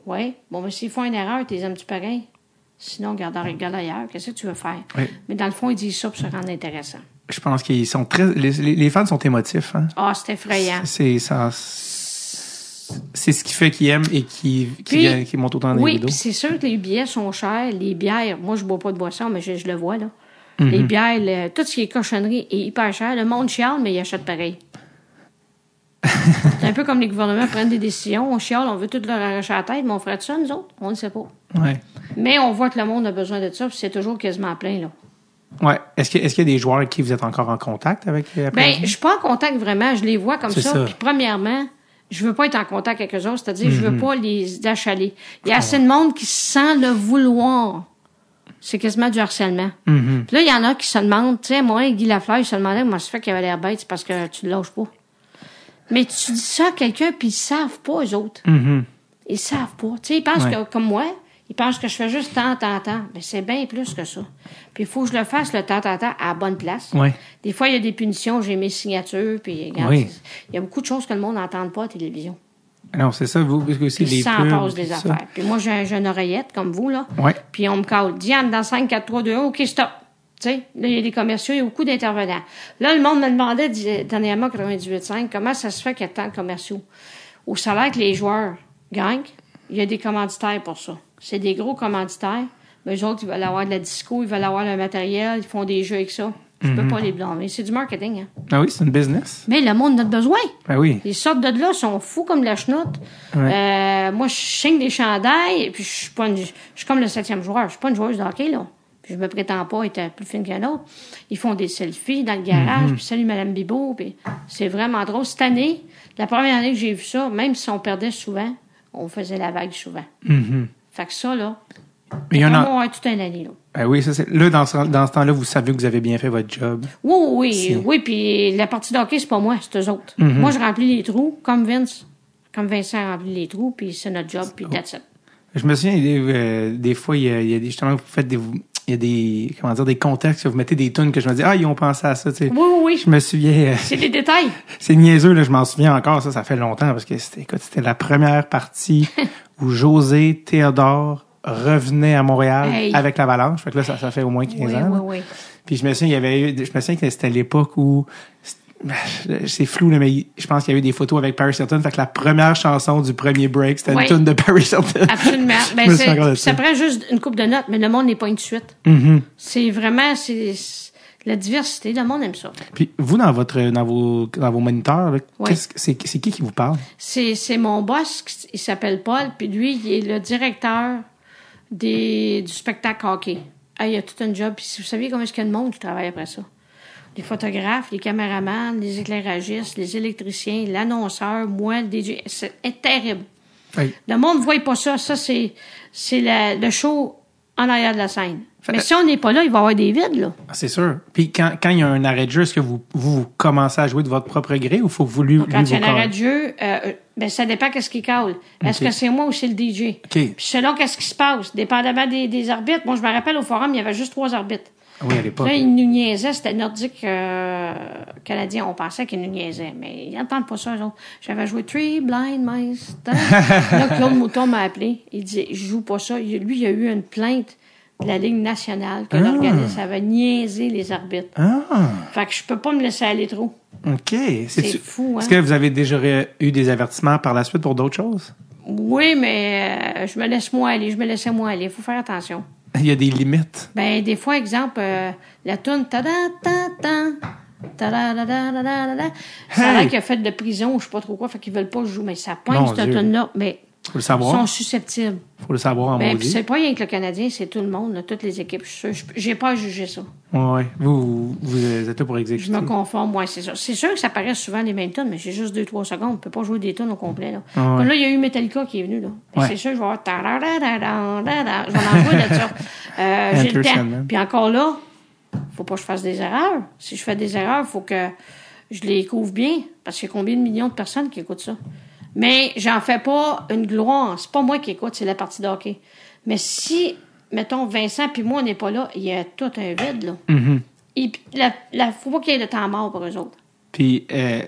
S3: Oui. Bon, mais s'ils font une erreur, t'es aimes-tu pareil? Sinon, regarde, regarde ailleurs, qu'est-ce que tu veux faire?
S1: Oui.
S3: Mais dans le fond, ils disent ça pour se rendre intéressant.
S1: Je pense qu'ils sont très. Les, les- les fans sont émotifs. Hein?
S3: Ah, c'est effrayant.
S1: C'est ça- c'est ce qui fait qu'ils aiment et qui qui,
S3: Puis-
S1: vient- qui monte autant des
S3: Oui,
S1: rideaux.
S3: puis c'est sûr que les billets sont chers. Les bières, moi, je bois pas de boisson, mais je, je le vois, là. Les bières, le- tout ce qui est cochonnerie est hyper cher. Le monde chiale, mais il achète pareil. C'est un peu comme les gouvernements prennent des décisions. On chiale, on veut tout leur arracher la tête, mais on ferait de ça, nous autres? On ne sait pas.
S1: Ouais.
S3: Mais on voit que le monde a besoin de ça, puis c'est toujours quasiment plein, là.
S1: Ouais. Est-ce qu'il y, est y a des joueurs avec qui vous êtes encore en contact avec euh, après
S3: Ben, je suis pas en contact vraiment, je les vois comme
S1: C'est
S3: ça.
S1: ça.
S3: Puis premièrement, je veux pas être en contact avec eux autres, c'est-à-dire je
S1: Mm-hmm.
S3: veux pas les achaler. Il y a assez de monde qui sent le vouloir. C'est quasiment du harcèlement.
S1: Mm-hmm.
S3: Puis là, il y en a qui se demandent, tu sais, moi, Guy Lafleur, il se demandait comment ça fait qu'il avait l'air bête, c'est parce que tu le lâches pas. Mais tu dis ça à quelqu'un, puis ils savent pas, eux autres.
S1: Mhm.
S3: Ils savent pas. Tu sais, ils pensent
S1: Ouais.
S3: que, comme moi, ils pensent que je fais juste tant, tant, tant. Mais c'est bien plus que ça. Puis il faut que je le fasse le tant, tant, tant à la bonne place.
S1: Ouais.
S3: Des fois, il y a des punitions, j'ai mes signatures, puis regarde,
S1: Oui.
S3: il y a beaucoup de choses que le monde n'entend pas à la télévision.
S1: Non, c'est ça, vous, parce que aussi
S3: Puis
S1: les
S3: ça en
S1: pubs,
S3: passe des
S1: tout ça.
S3: affaires. Puis moi, j'ai un- j'ai une oreillette comme vous, là.
S1: Ouais.
S3: Puis on me cale. Diane, dans 5, 4, 3, 2, 1, OK, stop. Tu sais, là, il y a des commerciaux, il y a beaucoup d'intervenants. Là, le monde me demandait, dis- dernièrement, 98.5, comment ça se fait qu'il y a tant de commerciaux? Au salaire que les joueurs gagnent, il y a des commanditaires pour ça. C'est des gros commanditaires. Mais eux autres, ils veulent avoir de la disco, ils veulent avoir le matériel, ils font des jeux avec ça. Je peux
S1: Mhm.
S3: pas les blâmer. C'est du marketing, hein.
S1: Ah oui, c'est une business.
S3: Mais le monde en a besoin.
S1: Ben oui.
S3: Ils sortent de là, sont fous comme de la chenoute. Euh, moi, je signe des chandails, et puis je suis pas une- je suis comme le septième joueur. Je suis pas une joueuse de hockey, là. Puis je me prétends pas être plus fine qu'un autre. Ils font des selfies dans le
S1: Mhm.
S3: garage, puis salut Madame Bibo, puis c'est vraiment drôle. Cette année, la première année que j'ai vu ça, même si on perdait souvent, on faisait la vague souvent. Fait que ça, là,
S1: Mais Mhm. il y en a-
S3: vraiment, on a tout un année, là.
S1: Ben oui, ça c'est. Là, dans ce, dans ce temps-là, vous savez que vous avez bien fait votre job.
S3: Oui, oui,
S1: C'est-
S3: oui, puis la partie d'hockey, c'est pas moi, c'est eux autres. Moi, je remplis les trous, comme Vince, comme Vincent remplit les trous, puis c'est notre job, puis that's it.
S1: Je me souviens des, euh, des fois, il y a, il y a des, justement, vous faites des, vous- il y a des, comment dire, des contextes, vous mettez des tunes que je me dis, ah, ils ont pensé à ça, tu sais.
S3: Oui, oui,
S1: Je
S3: oui,
S1: me souviens, euh,
S3: c'est des détails.
S1: c'est niaiseux, là, je m'en souviens encore, ça, ça fait longtemps, parce que c'était, écoute, c'était la première
S3: [laughs]
S1: partie où José Théodore revenait à Montréal
S3: Hey.
S1: avec l'avalanche. Fait que là, ça, ça fait au moins 15
S3: Oui, oui,
S1: ans. là.
S3: oui.
S1: Puis je me souviens, il y avait eu, je me souviens que c'était l'époque où, c'est flou, là, mais je pense qu'il y a eu des photos avec Paris Hilton. Fait que la première chanson du premier break, c'était
S3: Oui.
S1: une tune de Paris Hilton.
S3: Absolument.
S1: [laughs]
S3: Ben,
S1: Je me
S3: c'est-
S1: souviens encore de
S3: ça
S1: ça.
S3: prend juste une coupe de notes, mais le monde n'est pas une suite. C'est vraiment, c'est c'est- la diversité, le monde aime ça.
S1: Puis vous, dans votre, dans vos, dans vos moniteurs, là,
S3: Oui.
S1: qu'est-ce que- c'est c'est qui qui vous parle?
S3: C'est c'est mon boss, qui s- il s'appelle Paul, puis lui, il est le directeur des, du spectacle hockey. Ah, il a tout un job, puis si vous saviez combien est-ce qu'il y a de monde qui travaille après ça. Les photographes, les caméramans, les éclairagistes, les électriciens, l'annonceur, moi, le DJ. C'est terrible.
S1: Fait-
S3: Le monde ne voit pas ça. Ça, c'est c'est la- le show en arrière de la scène.
S1: Fait-
S3: Mais si on n'est pas là, il va y avoir des vides, là.
S1: Ah, C'est sûr. Puis quand, quand il y a un arrêt de jeu, est-ce que vous, vous, vous commencez à jouer de votre propre gré ou faut que vous lui,
S3: Quand
S1: lui
S3: il y a
S1: vous
S3: un arrêt
S1: colle?
S3: de jeu, euh, euh, ben, ça dépend qu'est-ce qu'il cale. Est-ce
S1: Ok.
S3: que c'est moi ou c'est le DJ?
S1: Ok.
S3: Puis selon qu'est-ce qui se passe, dépendamment des, des arbitres. Moi, je me rappelle au forum, il y avait juste trois arbitres.
S1: Ah Oui, à l'époque.
S3: Là, ils nous niaisaient, c'était nordique euh, canadien. On pensait qu'ils nous niaisaient, mais ils n'entendent pas ça, eux autres. J'avais joué Three Blind Mice. Tain.
S1: [laughs]
S3: Là, Claude Mouton m'a appelé. Il dit Je joue pas ça. Il- Lui, il a eu une plainte de la Ligue nationale que
S1: Ah.
S3: l'organisme avait niaisé les arbitres.
S1: Ah,
S3: Fait que je peux pas me laisser aller trop.
S1: OK. C'est
S3: fou, hein?
S1: Est-ce que vous avez déjà ré- eu des avertissements par la suite pour d'autres choses? [laughs]
S3: Oui, mais euh, je me laisse moi aller, je me laissais moi aller. faut faire attention.
S1: Il y a des limites.
S3: Ben, des fois, exemple, euh, la toune ta da ta ta ta da da da da da da ça a
S1: Hey!
S3: l'air qu'il a fait de prison ou je sais pas trop quoi, fait qu'ils veulent pas jouer, mais ça pointe
S1: Mon
S3: cette
S1: Dieu.
S3: toune-là, mais
S1: Faut le
S3: ils
S1: savoir.
S3: sont susceptibles.
S1: Faut le savoir en
S3: Ben, puis
S1: Ah, maudit.
S3: c'est pas rien que le Canadien, c'est tout le monde, là, toutes les équipes, je suis sûre. Je- J'ai pas à juger ça.
S1: Ouais, ouais. Vous, vous, vous êtes là pour
S3: Je
S1: exécuter.
S3: me conforme, moi, c'est ça. C'est sûr que ça paraît souvent les mêmes tonnes, mais j'ai juste deux, trois secondes. On peut pas jouer des tonnes au complet, là.
S1: Ah ouais.
S3: Comme là, il y a eu Metallica qui est venu, là. Fait que
S1: Ouais.
S3: C'est sûr que je vais avoir tarararararara. Je vais en [laughs] jouer là-dessus. Euh, j'ai le
S1: Enter
S3: temps.
S1: Sandman.
S3: Puis encore là, faut pas que je fasse des erreurs. Si je fais des erreurs, faut que je les couvre bien. Parce qu'il y a combien de millions de personnes qui écoutent ça? Mais j'en fais pas une gloire. C'est pas moi qui écoute, c'est la partie de hockey. Mais si, mettons, Vincent puis moi, on n'est pas là, il y a tout un vide, là.
S1: Mm-hmm.
S3: Il la, la, faut pas qu'il y ait de temps mort pour eux autres.
S1: Puis, euh,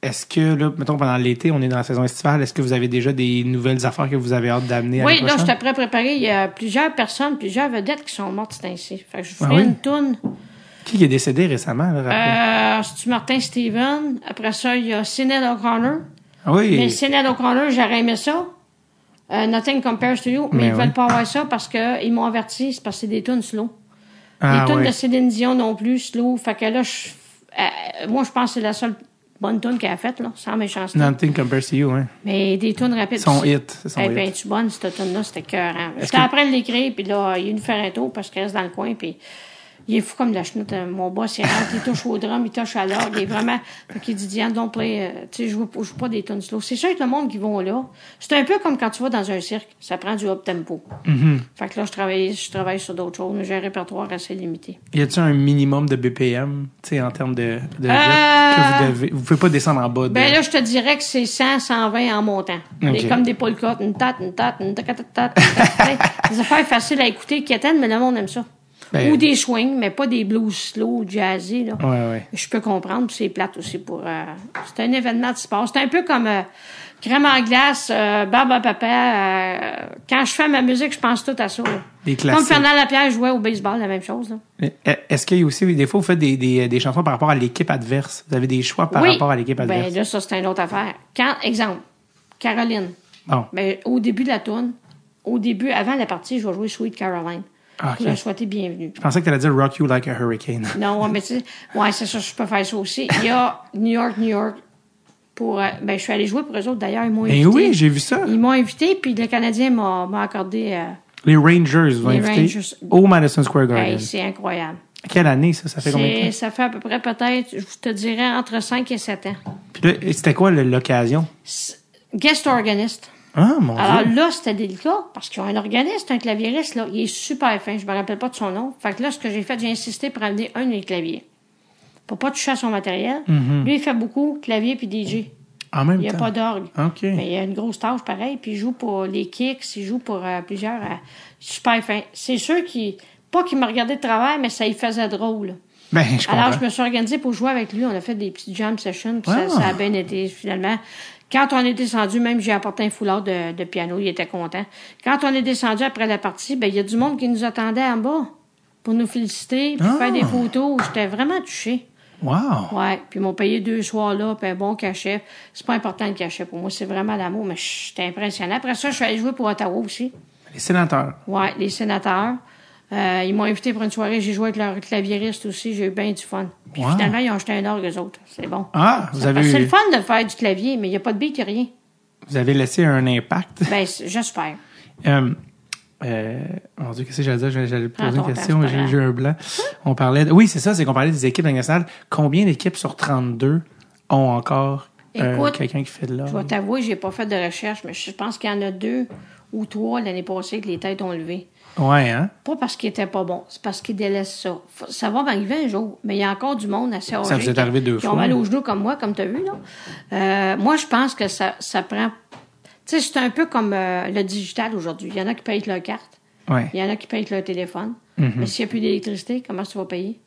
S1: est-ce que, là, mettons, pendant l'été, on est dans la saison estivale, est-ce que vous avez déjà des nouvelles affaires que vous avez hâte d'amener à
S3: Oui,
S1: la
S3: là, je
S1: prochaine?
S3: suis après préparé. Il y a plusieurs personnes, plusieurs vedettes qui sont mortes, c'est ainsi. Fait que je vous
S1: Ah
S3: ferai
S1: oui?
S3: une toune.
S1: Qui est décédé récemment? Là, rappelez?
S3: Euh, C'est-tu Martin Steven? Après ça, il y a Sinead O'Connor.
S1: Ah oui.
S3: Mais Sinead O'Connor, j'aurais aimé ça. Euh, nothing compares to you. Mais,
S1: Mais
S3: ils
S1: oui.
S3: veulent pas avoir ça parce qu'ils m'ont averti. C'est parce que c'est des tunes slow.
S1: Ah,
S3: les tunes
S1: ouais.
S3: de Céline Dion non plus, slow. Fait que là, je- euh, moi, je pense que c'est la seule bonne tune qu'elle a faite, là, sans méchanceté.
S1: Nothing compares to you, hein.
S3: Mais des tunes rapides.
S1: Son
S3: aussi.
S1: hit, c'est son
S3: Eh
S1: hit.
S3: ben, tu bonne, cette tune-là, c'était cœur. J'étais
S1: que-
S3: en train de l'écrire, puis là, il est venu faire un tour parce qu'il reste dans le coin, puis il est fou comme de la chenoute. Euh, Mon boss, il rentre, il touche au drum, il touche à l'orgue, il est vraiment. Fait qu'il dit, Diane, don't play, euh, tu sais, je joue, je joue pas des tunes slow. C'est sûr que le monde qui vont là, c'est un peu comme quand tu vas dans un cirque, ça prend du up tempo.
S1: Mm-hmm.
S3: Fait que là, je travaille, je travaille sur d'autres choses, mais j'ai un répertoire assez limité.
S1: Y a-t-il un minimum de BPM, tu sais, en termes de, de
S3: Euh,
S1: que vous devez, vous pouvez pas descendre en bas de.
S3: Ben là, je te dirais que c'est 100, 120 en montant.
S1: Ok.
S3: C'est comme des polkas, une tate, une tate, une tacatatata, une
S1: [laughs]
S3: tacatatata. Des affaires faciles à écouter qui attendent, mais le monde aime ça.
S1: Ben-
S3: Ou des swings, mais pas des blues slow, jazzy. Là.
S1: Ouais, ouais.
S3: Je peux comprendre, puis c'est plate aussi pour... euh, c'est un événement de sport. C'est un peu comme euh, crème en glace, euh, barbe à papa. euh, quand je fais ma musique, je pense tout à ça. là.
S1: Des
S3: Comme
S1: classiques.
S3: Fernand Lapierre jouait au baseball, la même chose. Là.
S1: Mais, euh, Est-ce qu'il y a aussi, des fois, vous faites des, des, des chansons par rapport à l'équipe adverse? Vous avez des choix par
S3: oui.
S1: rapport à l'équipe adverse?
S3: Ben là, ça, c'est une autre affaire. Quand, exemple, Caroline.
S1: Bon.
S3: Ben, au début de la tourne, au début, avant la partie, je vais jouer Sweet Caroline.
S1: Ah, ok.
S3: Pour leur souhaiter bienvenue.
S1: Je pensais que t'allais dire Rock You Like a Hurricane.
S3: Non, ouais, mais tu sais, ouais, c'est ça, je peux faire ça aussi. Il y a New York, New York. Pour, euh, ben, je suis allée jouer pour eux autres, d'ailleurs, ils m'ont
S1: Ben
S3: invité.
S1: oui, j'ai vu ça.
S3: Ils m'ont invité, puis le Canadien m'a m'a accordé. euh,
S1: Les Rangers vont
S3: Les
S1: inviter
S3: Rangers.
S1: au Madison Square Garden.
S3: hey, c'est incroyable.
S1: Quelle année, ça? Ça fait combien de
S3: C'est-
S1: temps?
S3: Ça fait à peu près, peut-être, je te dirais, entre 5 et 7 ans.
S1: Puis là, c'était quoi le- l'occasion?
S3: C'est- Guest organist.
S1: Ah, mon
S3: Alors
S1: Dieu!
S3: là, c'était délicat parce qu'ils ont un organiste, un clavieriste, là. Il est super fin. Je me rappelle pas de son nom. Fait que là, ce que j'ai fait, j'ai insisté pour amener un des claviers. Pour pas toucher à son matériel. Lui, il fait beaucoup clavier puis DJ.
S1: Mhm. En même
S3: Il n'y a
S1: temps. Ah,
S3: pas d'orgue.
S1: OK.
S3: Mais il a une grosse tâche pareil. Puis il joue pour les kicks, il joue pour euh, plusieurs. euh, super fin. C'est sûr qu'il. Pas qu'il me regardait de travers, mais ça y faisait drôle.
S1: Ben, je comprends.
S3: Alors, je me suis organisée pour jouer avec lui. On a fait des petites jam sessions, puis
S1: Ah.
S3: ça, ça a bien été, finalement. Quand on est descendu, même j'ai apporté un foulard de, de piano, il était content. Quand on est descendu après la partie, ben il y a du monde qui nous attendait en bas pour nous féliciter, puis
S1: Ah.
S3: faire des photos. J'étais vraiment touchée.
S1: Wow!
S3: Ouais, puis ils m'ont payé deux soirs là, puis un bon cachet. C'est pas important le cachet pour moi, c'est vraiment l'amour, mais j'étais impressionnant. Après ça, je suis allée jouer pour Ottawa aussi.
S1: Les sénateurs.
S3: Ouais, les sénateurs. Euh, ils m'ont invité pour une soirée. J'ai joué avec leur clavieriste aussi. J'ai eu bien du fun. Puis
S1: Wow.
S3: finalement, ils ont acheté un orgue, eux autres. C'est bon.
S1: Ah, vous avez,
S3: Parce que C'est le fun de faire du clavier, mais il n'y a pas de beat, y a rien.
S1: vous avez laissé un impact.
S3: Ben, c'est- j'espère.
S1: Euh, euh, mon Dieu, qu'est-ce que j'allais dire? J'allais- J'allais
S3: Prends
S1: poser une
S3: ton temps,
S1: question,
S3: c'est pas
S1: j'ai
S3: grave.
S1: j'ai un blanc. On parlait de- Oui, c'est ça, c'est qu'on parlait des équipes internationales. Combien d'équipes sur 32 ont encore euh,
S3: Écoute,
S1: quelqu'un qui fait de l'or?
S3: Je vais t'avouer, j'ai pas fait de recherche, mais je pense qu'il y en a deux ou trois l'année passée que les têtes ont levé.
S1: Ouais, hein?
S3: Pas parce qu'ils étaient pas bons, c'est parce qu'ils délaissent ça. Faut- Ça va m'arriver un jour, mais il y a encore du monde assez âgé.
S1: vous est
S3: qui-
S1: arrivé deux
S3: qui
S1: fois.
S3: ont mal aux genoux comme moi, comme tu as vu, là. Euh, moi, je pense que ça, ça prend. Tu sais, c'est un peu comme euh, le digital aujourd'hui. Il y en a qui payent avec leur carte,
S1: Ouais.
S3: il y en a qui payent avec leur téléphone.
S1: Mhm.
S3: Mais s'il n'y a plus d'électricité, comment tu vas payer?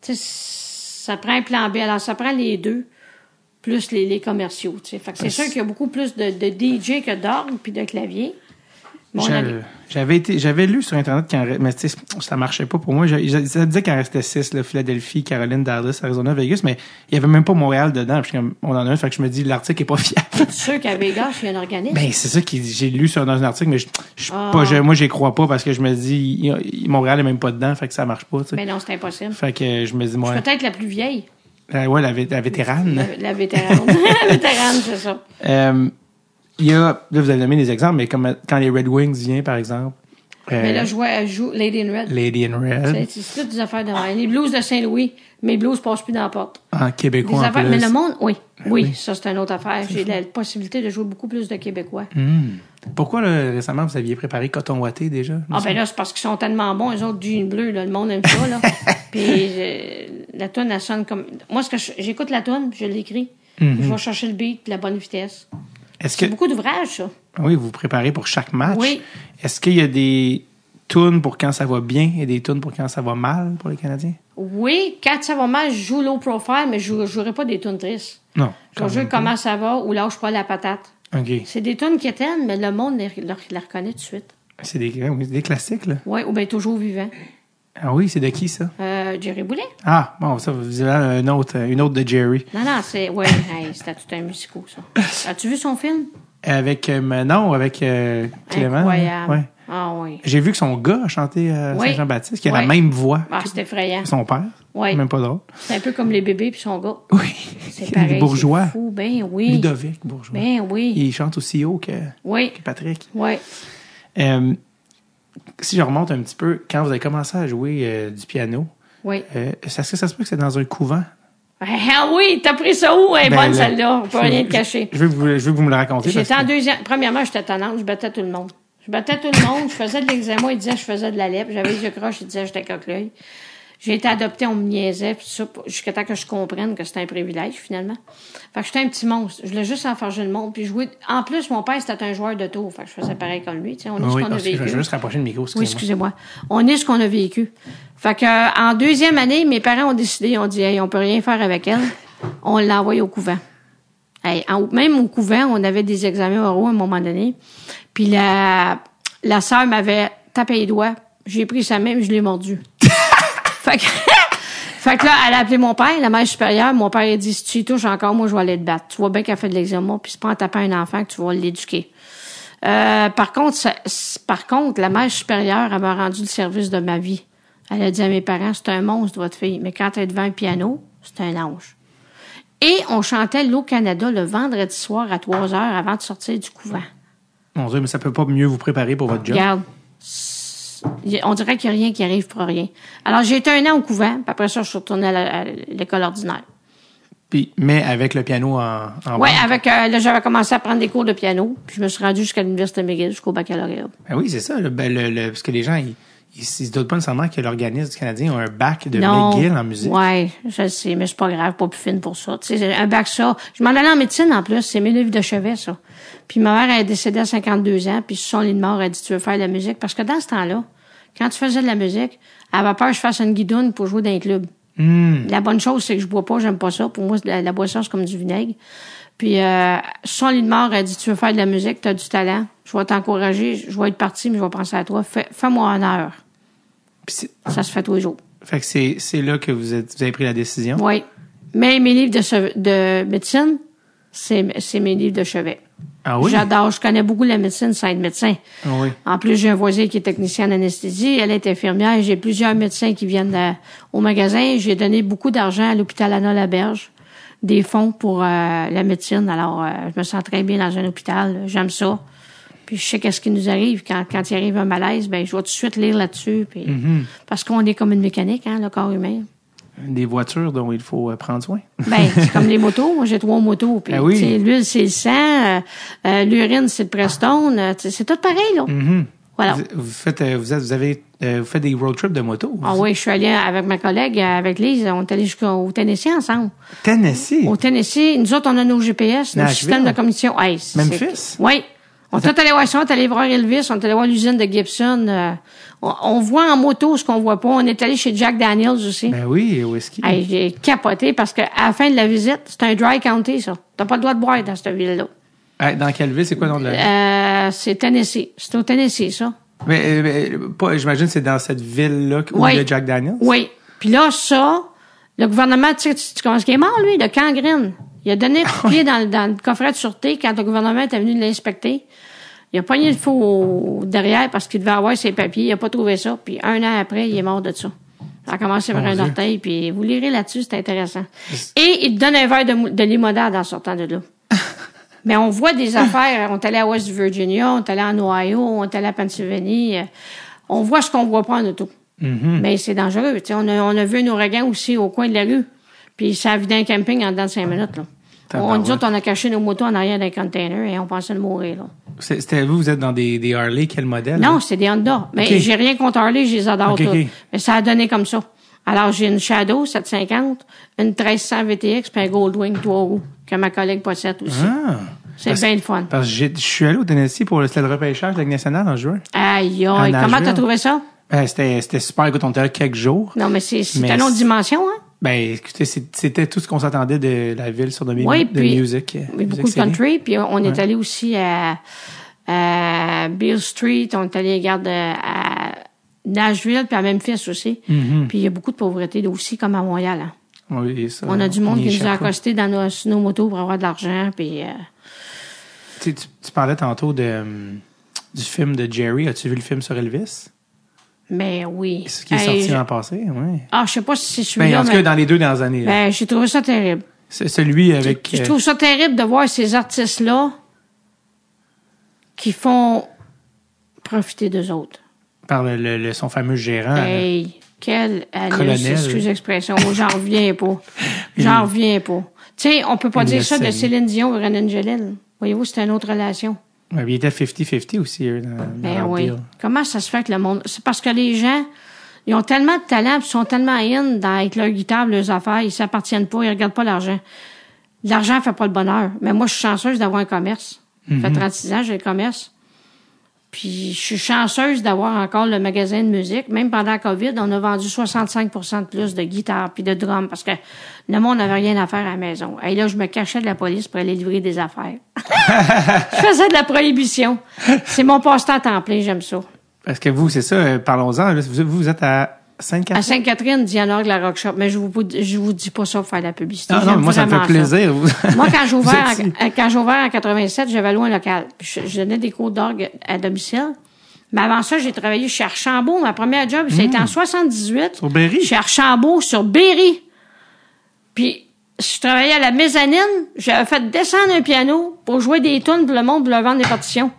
S3: Tu sais, ça prend un plan B. Alors, ça prend les deux, plus les, les commerciaux, tu sais. Fait que c'est sûr qu'il y a beaucoup plus de, de DJ que d'orgue puis de clavier. Mon
S1: J'a-
S3: ami-
S1: J'avais été, j'avais lu sur internet qu'en re- mais tu sais, ça marchait pas pour moi. Je- je- ça disait qu'il en restait six, là, Philadelphie, Caroline, Dallas, Arizona, Vegas, mais il y avait même pas Montréal dedans. Puis je suis comme, on en a un, fait que je me dis l'article est pas [laughs] fiable.
S3: sûr qu'à Vegas, il y a un organisme.
S1: Ben c'est ça que j'ai lu sur dans un article, mais je, je suis
S3: Ah.
S1: pas, je- moi j'y crois pas parce que je me dis il- il- Montréal est même pas dedans, fait que ça marche pas. tu sais.
S3: Mais non, c'est impossible.
S1: Fait que euh, je me dis
S3: Je suis
S1: moi,
S3: Peut-être la
S1: [laughs]
S3: plus vieille, euh,
S1: euh, ouais la, vé- la vétérane.
S3: la, la vétérane. [laughs] la vétérane, c'est ça.
S1: Euh, Il y a, là vous avez donné des exemples, mais comme euh, quand les Red Wings viennent par exemple, euh,
S3: Mais là, je vois, elle joue Lady in Red.
S1: Lady in Red,
S3: C'est c'est toutes des affaires de même. Les blues de Saint-Louis, mes blues passent plus dans la porte.
S1: en
S3: Des
S1: québécois en
S3: affaires,
S1: plus. Ben
S3: mais le monde, oui. Oui,
S1: oui.
S3: ça, c'est une autre affaire. J'ai la possibilité de jouer beaucoup plus de Québécois.
S1: Mm. Pourquoi là, récemment vous aviez préparé Coton Watté déjà?
S3: Ah, ben là, c'est parce qu'ils sont tellement bons, eux autres, d'une bleue, là. Le monde aime ça,
S1: [laughs]
S3: là. Puis euh, la toune, elle sonne comme. Moi, ce que je- j'écoute la toune, puis je l'écris.
S1: Mm-hmm.
S3: Je vais chercher le beat, puis la bonne vitesse.
S1: Est-ce que
S3: C'est beaucoup d'ouvrages, ça.
S1: oui, vous vous préparez pour chaque match?
S3: Oui.
S1: Est-ce qu'il y a des tunes pour quand ça va bien et des tunes pour quand ça va mal pour les Canadiens?
S3: Oui, quand ça va mal, je joue low profile, mais je ne jouerai pas des tunes tristes.
S1: Non.
S3: Je joue comment ça va ou lâche pas la patate.
S1: OK.
S3: C'est des tunes qui éteignent, mais le monde les, leur- la reconnaît tout de suite.
S1: C'est des, oui, c'est des classiques, là.
S3: Oui, ou bien toujours vivant.
S1: Ah oui, c'est de qui, ça?
S3: Euh, Jerry Boulet?
S1: Ah, bon, ça, vous avez un autre, euh, une autre de Jerry. [laughs]
S3: Non, non, c'est. Oui, c'était tout un musico, ça. As-tu vu son film?
S1: Avec euh, Manon, avec euh, Clément.
S3: Incroyable.
S1: Ouais.
S3: Ah oui.
S1: J'ai vu que son gars a chanté euh,
S3: Oui.
S1: Saint-Jean-Baptiste, qui a la
S3: Oui.
S1: même voix
S3: Ah, c'est effrayant.
S1: que son père.
S3: Oui.
S1: Même pas drôle.
S3: C'est un peu comme les bébés puis son gars.
S1: [laughs] Oui.
S3: C'est pareil.
S1: Les bourgeois.
S3: c'est fou. Ben oui.
S1: Ludovic Bourgeois.
S3: Ben oui.
S1: Il chante aussi haut que,
S3: Oui.
S1: que Patrick.
S3: Oui.
S1: Euh, si je remonte un petit peu, quand vous avez commencé à jouer euh, du piano,
S3: Oui.
S1: euh, est-ce que ça se peut que c'est dans un couvent?
S3: Ah oui, t'as pris ça où? Elle est
S1: Ben,
S3: Eh, bonne
S1: là,
S3: celle-là. Pas
S1: je-
S3: rien de
S1: je-
S3: caché.
S1: Je, veux que vous, je veux que vous me le racontiez. parce
S3: J'étais en
S1: que-
S3: deuxième. Premièrement, j'étais tannante, je battais tout le monde. Je battais tout le monde, je faisais de l'eczéma, il disait que je faisais de la lèpre, j'avais les yeux croches, il disait que j'étais coque-l'œil. J'ai été adoptée, on me niaisait, puis ça, pour- jusqu'à temps que je comprenne que c'était un privilège, finalement. Fait que j'étais un petit monstre. Je voulais juste enfarger le monde, puis jouer. En plus, mon père, c'était un joueur de tour, fait que je faisais pareil comme lui, tu sais, on est ce
S1: Ah Oui,
S3: qu'on a
S1: parce que je
S3: vécu.
S1: vais juste rapprocher le micro,
S3: Oui,
S1: excusez-moi.
S3: excusez-moi. On est ce qu'on a vécu. Fait que, euh, en deuxième année, mes parents ont décidé, on dit, hey, on peut rien faire avec elle. On l'a envoyée au couvent. Hey, en- même au couvent, on avait des examens oraux à un moment donné. Puis la, la sœur m'avait tapé les doigts. J'ai pris sa main, puis je l'ai mordue. [laughs] fait que, [laughs] fait que là, elle a appelé mon père, la mère supérieure. Mon père, il a dit, si tu y touches encore, moi, je vais aller te battre. Tu vois bien qu'elle fait de l'examen, puis c'est pas en tapant un enfant que tu vas l'éduquer. Euh, par contre, ça- c- par contre, la mère supérieure, elle m'a rendu le service de ma vie. Elle a dit à mes parents, c'est un monstre, votre fille. Mais quand elle est devant un piano, c'est un ange. Et on chantait l'Eau Canada le vendredi soir à 3 heures avant de sortir du couvent.
S1: Mon Dieu, mais ça peut pas mieux vous préparer pour votre job.
S3: Regarde. Il y a- On dirait qu'il n'y a rien qui arrive pour rien. Alors, j'ai été un an au couvent, puis après ça, je suis retournée à la- à l'école ordinaire.
S1: Puis- mais avec le piano en, en bande.
S3: Oui, avec, euh, là, j'avais commencé à prendre des cours de piano, puis je me suis rendue jusqu'à l'Université McGill, jusqu'au baccalauréat.
S1: Ben oui, c'est ça. le- ben, le- le- parce que les gens, ils, ils, ils se doutent pas nécessairement que l'organisme du Canadien a un bac de McGill en musique.
S3: Ouais, je le sais, mais c'est pas grave, pas plus fine pour ça. Tu sais, un bac ça. Je m'en allais en médecine en plus, c'est mes livres de chevet ça. Puis ma mère elle est décédée à 52 ans, puis sur son lit de mort, elle dit tu veux faire de la musique parce que dans ce temps-là, quand tu faisais de la musique, elle avait peur que je fasse une guidoune pour jouer dans un club.
S1: Hmm.
S3: La bonne chose c'est que je bois pas, j'aime pas ça. Pour moi, c'est de la, la boisson c'est comme du vinaigre. Puis euh, sur son lit de mort, elle dit tu veux faire de la musique, tu as du talent, je vais t'encourager, je vais être partie, mais je vais penser à toi. Fais- Fais-moi honneur.
S1: Puis c'est-
S3: Ça se fait tous les jours.
S1: fait que c'est, c'est là que vous, êtes, vous avez pris la décision.
S3: Oui. Mais mes livres de, cheve- de médecine, c'est c'est mes livres de chevet.
S1: Ah oui?
S3: J'adore. Je connais beaucoup la médecine sans être médecin.
S1: Ah oui.
S3: En plus, j'ai un voisin qui est technicien en anesthésie. Elle est infirmière. J'ai plusieurs médecins qui viennent à- au magasin. J'ai donné beaucoup d'argent à l'hôpital Anna Laberge, des fonds pour euh, la médecine. Alors, euh, je me sens très bien dans un hôpital. J'aime ça. Puis je sais qu'est-ce qui nous arrive quand, quand il arrive un malaise, ben je vais tout de suite lire là-dessus. Puis
S1: Mm-hmm.
S3: parce qu'on est comme une mécanique, hein, le corps humain.
S1: Des voitures dont il faut euh, prendre soin.
S3: Ben, c'est comme les motos. Moi, j'ai trois motos. Puis,
S1: Ah oui.
S3: tu sais, l'huile, c'est le sang. euh, euh, L'urine, c'est le Prestone. euh, tu sais, c'est tout pareil, là.
S1: Mm-hmm.
S3: Voilà.
S1: Vous, vous faites, euh, vous, êtes- vous avez, euh, vous faites des road trips de moto.
S3: Ah oui, je suis allée avec ma collègue, euh, avec Lise. On est allé jusqu'au Tennessee ensemble.
S1: Tennessee.
S3: Au Tennessee, nous autres, on a nos GPS, nos
S1: Nashville.
S3: systèmes de commission. Hey, c'est-
S1: Memphis?
S3: Oui. On est allé voir ça, on est allé voir Elvis, on est allé voir l'usine de Gibson. euh, on, on voit en moto ce qu'on voit pas. On est allé chez Jack Daniels aussi.
S1: Ben oui, au whisky.
S3: Hey, j'ai capoté parce qu'à la fin de la visite, c'est un dry county, ça. T'as pas le droit de boire dans cette ville-là.
S1: Ah, dans quelle ville? C'est quoi le nom de la...
S3: Euh, c'est Tennessee. C'est au Tennessee, ça.
S1: Mais, euh, mais, euh, pas- j'imagine que c'est dans cette ville-là où
S3: Oui.
S1: il y a Jack Daniels.
S3: Oui. Puis là, ça, le gouvernement, tu sais, tu tu commences qu'il est mort, lui, de gangrène. Il
S1: [laughs]
S3: a donné
S1: Ah
S3: le pied dans, le- dans le coffret de sûreté quand le gouvernement était venu l'inspecter. Il a pogné le faux au- derrière parce qu'il devait avoir ses papiers. Il a pas trouvé ça. Puis un an après, il est mort de ça. Ça a commencé par
S1: Mon
S3: un
S1: Dieu.
S3: orteil, puis vous lirez là-dessus, c'est intéressant. Et il te donne un verre de, mou- de limonade en sortant de là. Mais on voit
S1: [coughs]
S3: des affaires. On est allé à West Virginia, on est allé en Ohio, on est allé à Pennsylvanie. Euh, On voit ce qu'on voit pas en auto.
S1: Mm-hmm.
S3: Mais c'est dangereux. tu sais. on, a, on a vu un ouragan aussi au coin de la rue. Puis ça a vidé un camping en dedans
S1: Ah.
S3: de cinq minutes. Là. On,
S1: Tabarouette.
S3: nous autres, on a caché nos motos en arrière d'un container et on pensait de mourir. Là.
S1: C'est- C'était vous, vous êtes dans des, des Harley, quel modèle? hein?
S3: Non,
S1: là?
S3: c'est des Honda. Mais
S1: Ah. Ok.
S3: j'ai rien contre Harley, je les adore
S1: Ok,
S3: toutes.
S1: ok.
S3: Mais ça a donné comme ça. Alors, j'ai une Shadow 750, une 1300 VTX puis un Goldwing 3 roues que ma collègue possède aussi.
S1: Ah.
S3: C'est bien le fun.
S1: Parce que j'ai- je suis allé au Tennessee pour le, c'était le repêchage de la Ligue nationale en juin.
S3: Aïe,
S1: À
S3: aïe, comment t'as
S1: Nashville.
S3: trouvé ça?
S1: Ben, c'était, c'était super. Écoute, on était là quelques jours.
S3: Non, mais c'est c'est
S1: Mais
S3: une autre
S1: c'est-
S3: dimension, hein?
S1: Ben, écoutez, c'est- c'était tout ce qu'on s'attendait de la ville sur de, mi-
S3: Oui,
S1: de
S3: puis-
S1: musique. euh,
S3: Oui,
S1: musique
S3: beaucoup de
S1: série.
S3: country. Puis on est allé aussi à, à Beale Street, on est allé, regarde, à Nashville, puis à Memphis aussi.
S1: Mhm.
S3: Puis il y a beaucoup de pauvreté aussi, comme à Montréal. hein.
S1: Oui, et ça,
S3: On a du monde
S1: y
S3: qui nous a
S1: échappe pas.
S3: accostés dans nos, sur nos motos pour avoir de l'argent. Puis euh,
S1: tu, tu- tu parlais tantôt de, hum, du film de Jerry. As-tu vu le film sur Elvis?
S3: Mais oui.
S1: Ce qui est
S3: Hey,
S1: sorti
S3: je-
S1: l'an passé, oui.
S3: Ah, je sais pas si c'est
S1: Ben,
S3: celui-là,
S1: en tout
S3: mais
S1: cas, dans les deux dernières années. là.
S3: ben, j'ai trouvé ça terrible.
S1: C'est celui avec.
S3: Je
S1: euh,
S3: trouve ça terrible de voir ces artistes-là qui font profiter d'eux autres.
S1: par le, le- le- son fameux gérant. là.
S3: Hey, quelle
S1: hein. Colonel.
S3: allure, excuse l'expression, j'en reviens pas.
S1: [laughs]
S3: J'en reviens pas. Tu sais, on peut pas
S1: Il
S3: dire
S1: le
S3: ça de
S1: saigne.
S3: Céline Dion et Ren Angelil. Voyez-vous, c'est une autre relation.
S1: Ouais, puis il était 50-50 aussi, eux, dans, dans
S3: Ben
S1: leur
S3: oui.
S1: deal.
S3: Comment ça se fait que le monde... C'est parce que les gens, ils ont tellement de talent, puis ils sont tellement in dans- avec leur guitare, leurs affaires, ils s'appartiennent pas, ils regardent pas l'argent. L'argent fait pas le bonheur. Mais moi, je suis chanceuse d'avoir un commerce. Ça fait 36 ans, j'ai le commerce. Puis je suis chanceuse d'avoir encore le magasin de musique. Même pendant la COVID, on a vendu 65 de plus de guitares puis de drums parce que le monde n'avait rien à faire à la maison. Et là, je me cachais de la police pour aller livrer des affaires. [laughs] je faisais de la prohibition. C'est mon passe-temps à temps plein, j'aime ça.
S1: Parce que vous, c'est ça, euh, parlons-en. là, Vous, vous êtes à
S3: À
S1: 54
S3: Sainte-Catherine, Dialogue, la Rock Shop, mais je vous, je vous dis pas ça pour faire de la publicité.
S1: Ah non,
S3: J'aime
S1: moi, ça me
S3: vraiment
S1: fait plaisir. Vous-
S3: [laughs] Moi, quand j'ai
S1: vous [laughs]
S3: ouvert,
S1: êtes ici.
S3: en- quand j'ai ouvert en 87, j'avais loin un local. Puis Je, je donnais des cours d'orgue à domicile. Mais avant ça, j'ai travaillé chez Archambault. Ma première job, c'était en 78.
S1: Hmm. Sur Berry.
S3: Chez Archambault, sur Berry. Puis, je travaillais à la mezzanine. J'avais fait descendre un piano pour jouer des tunes pour le monde, pour leur vendre des partitions.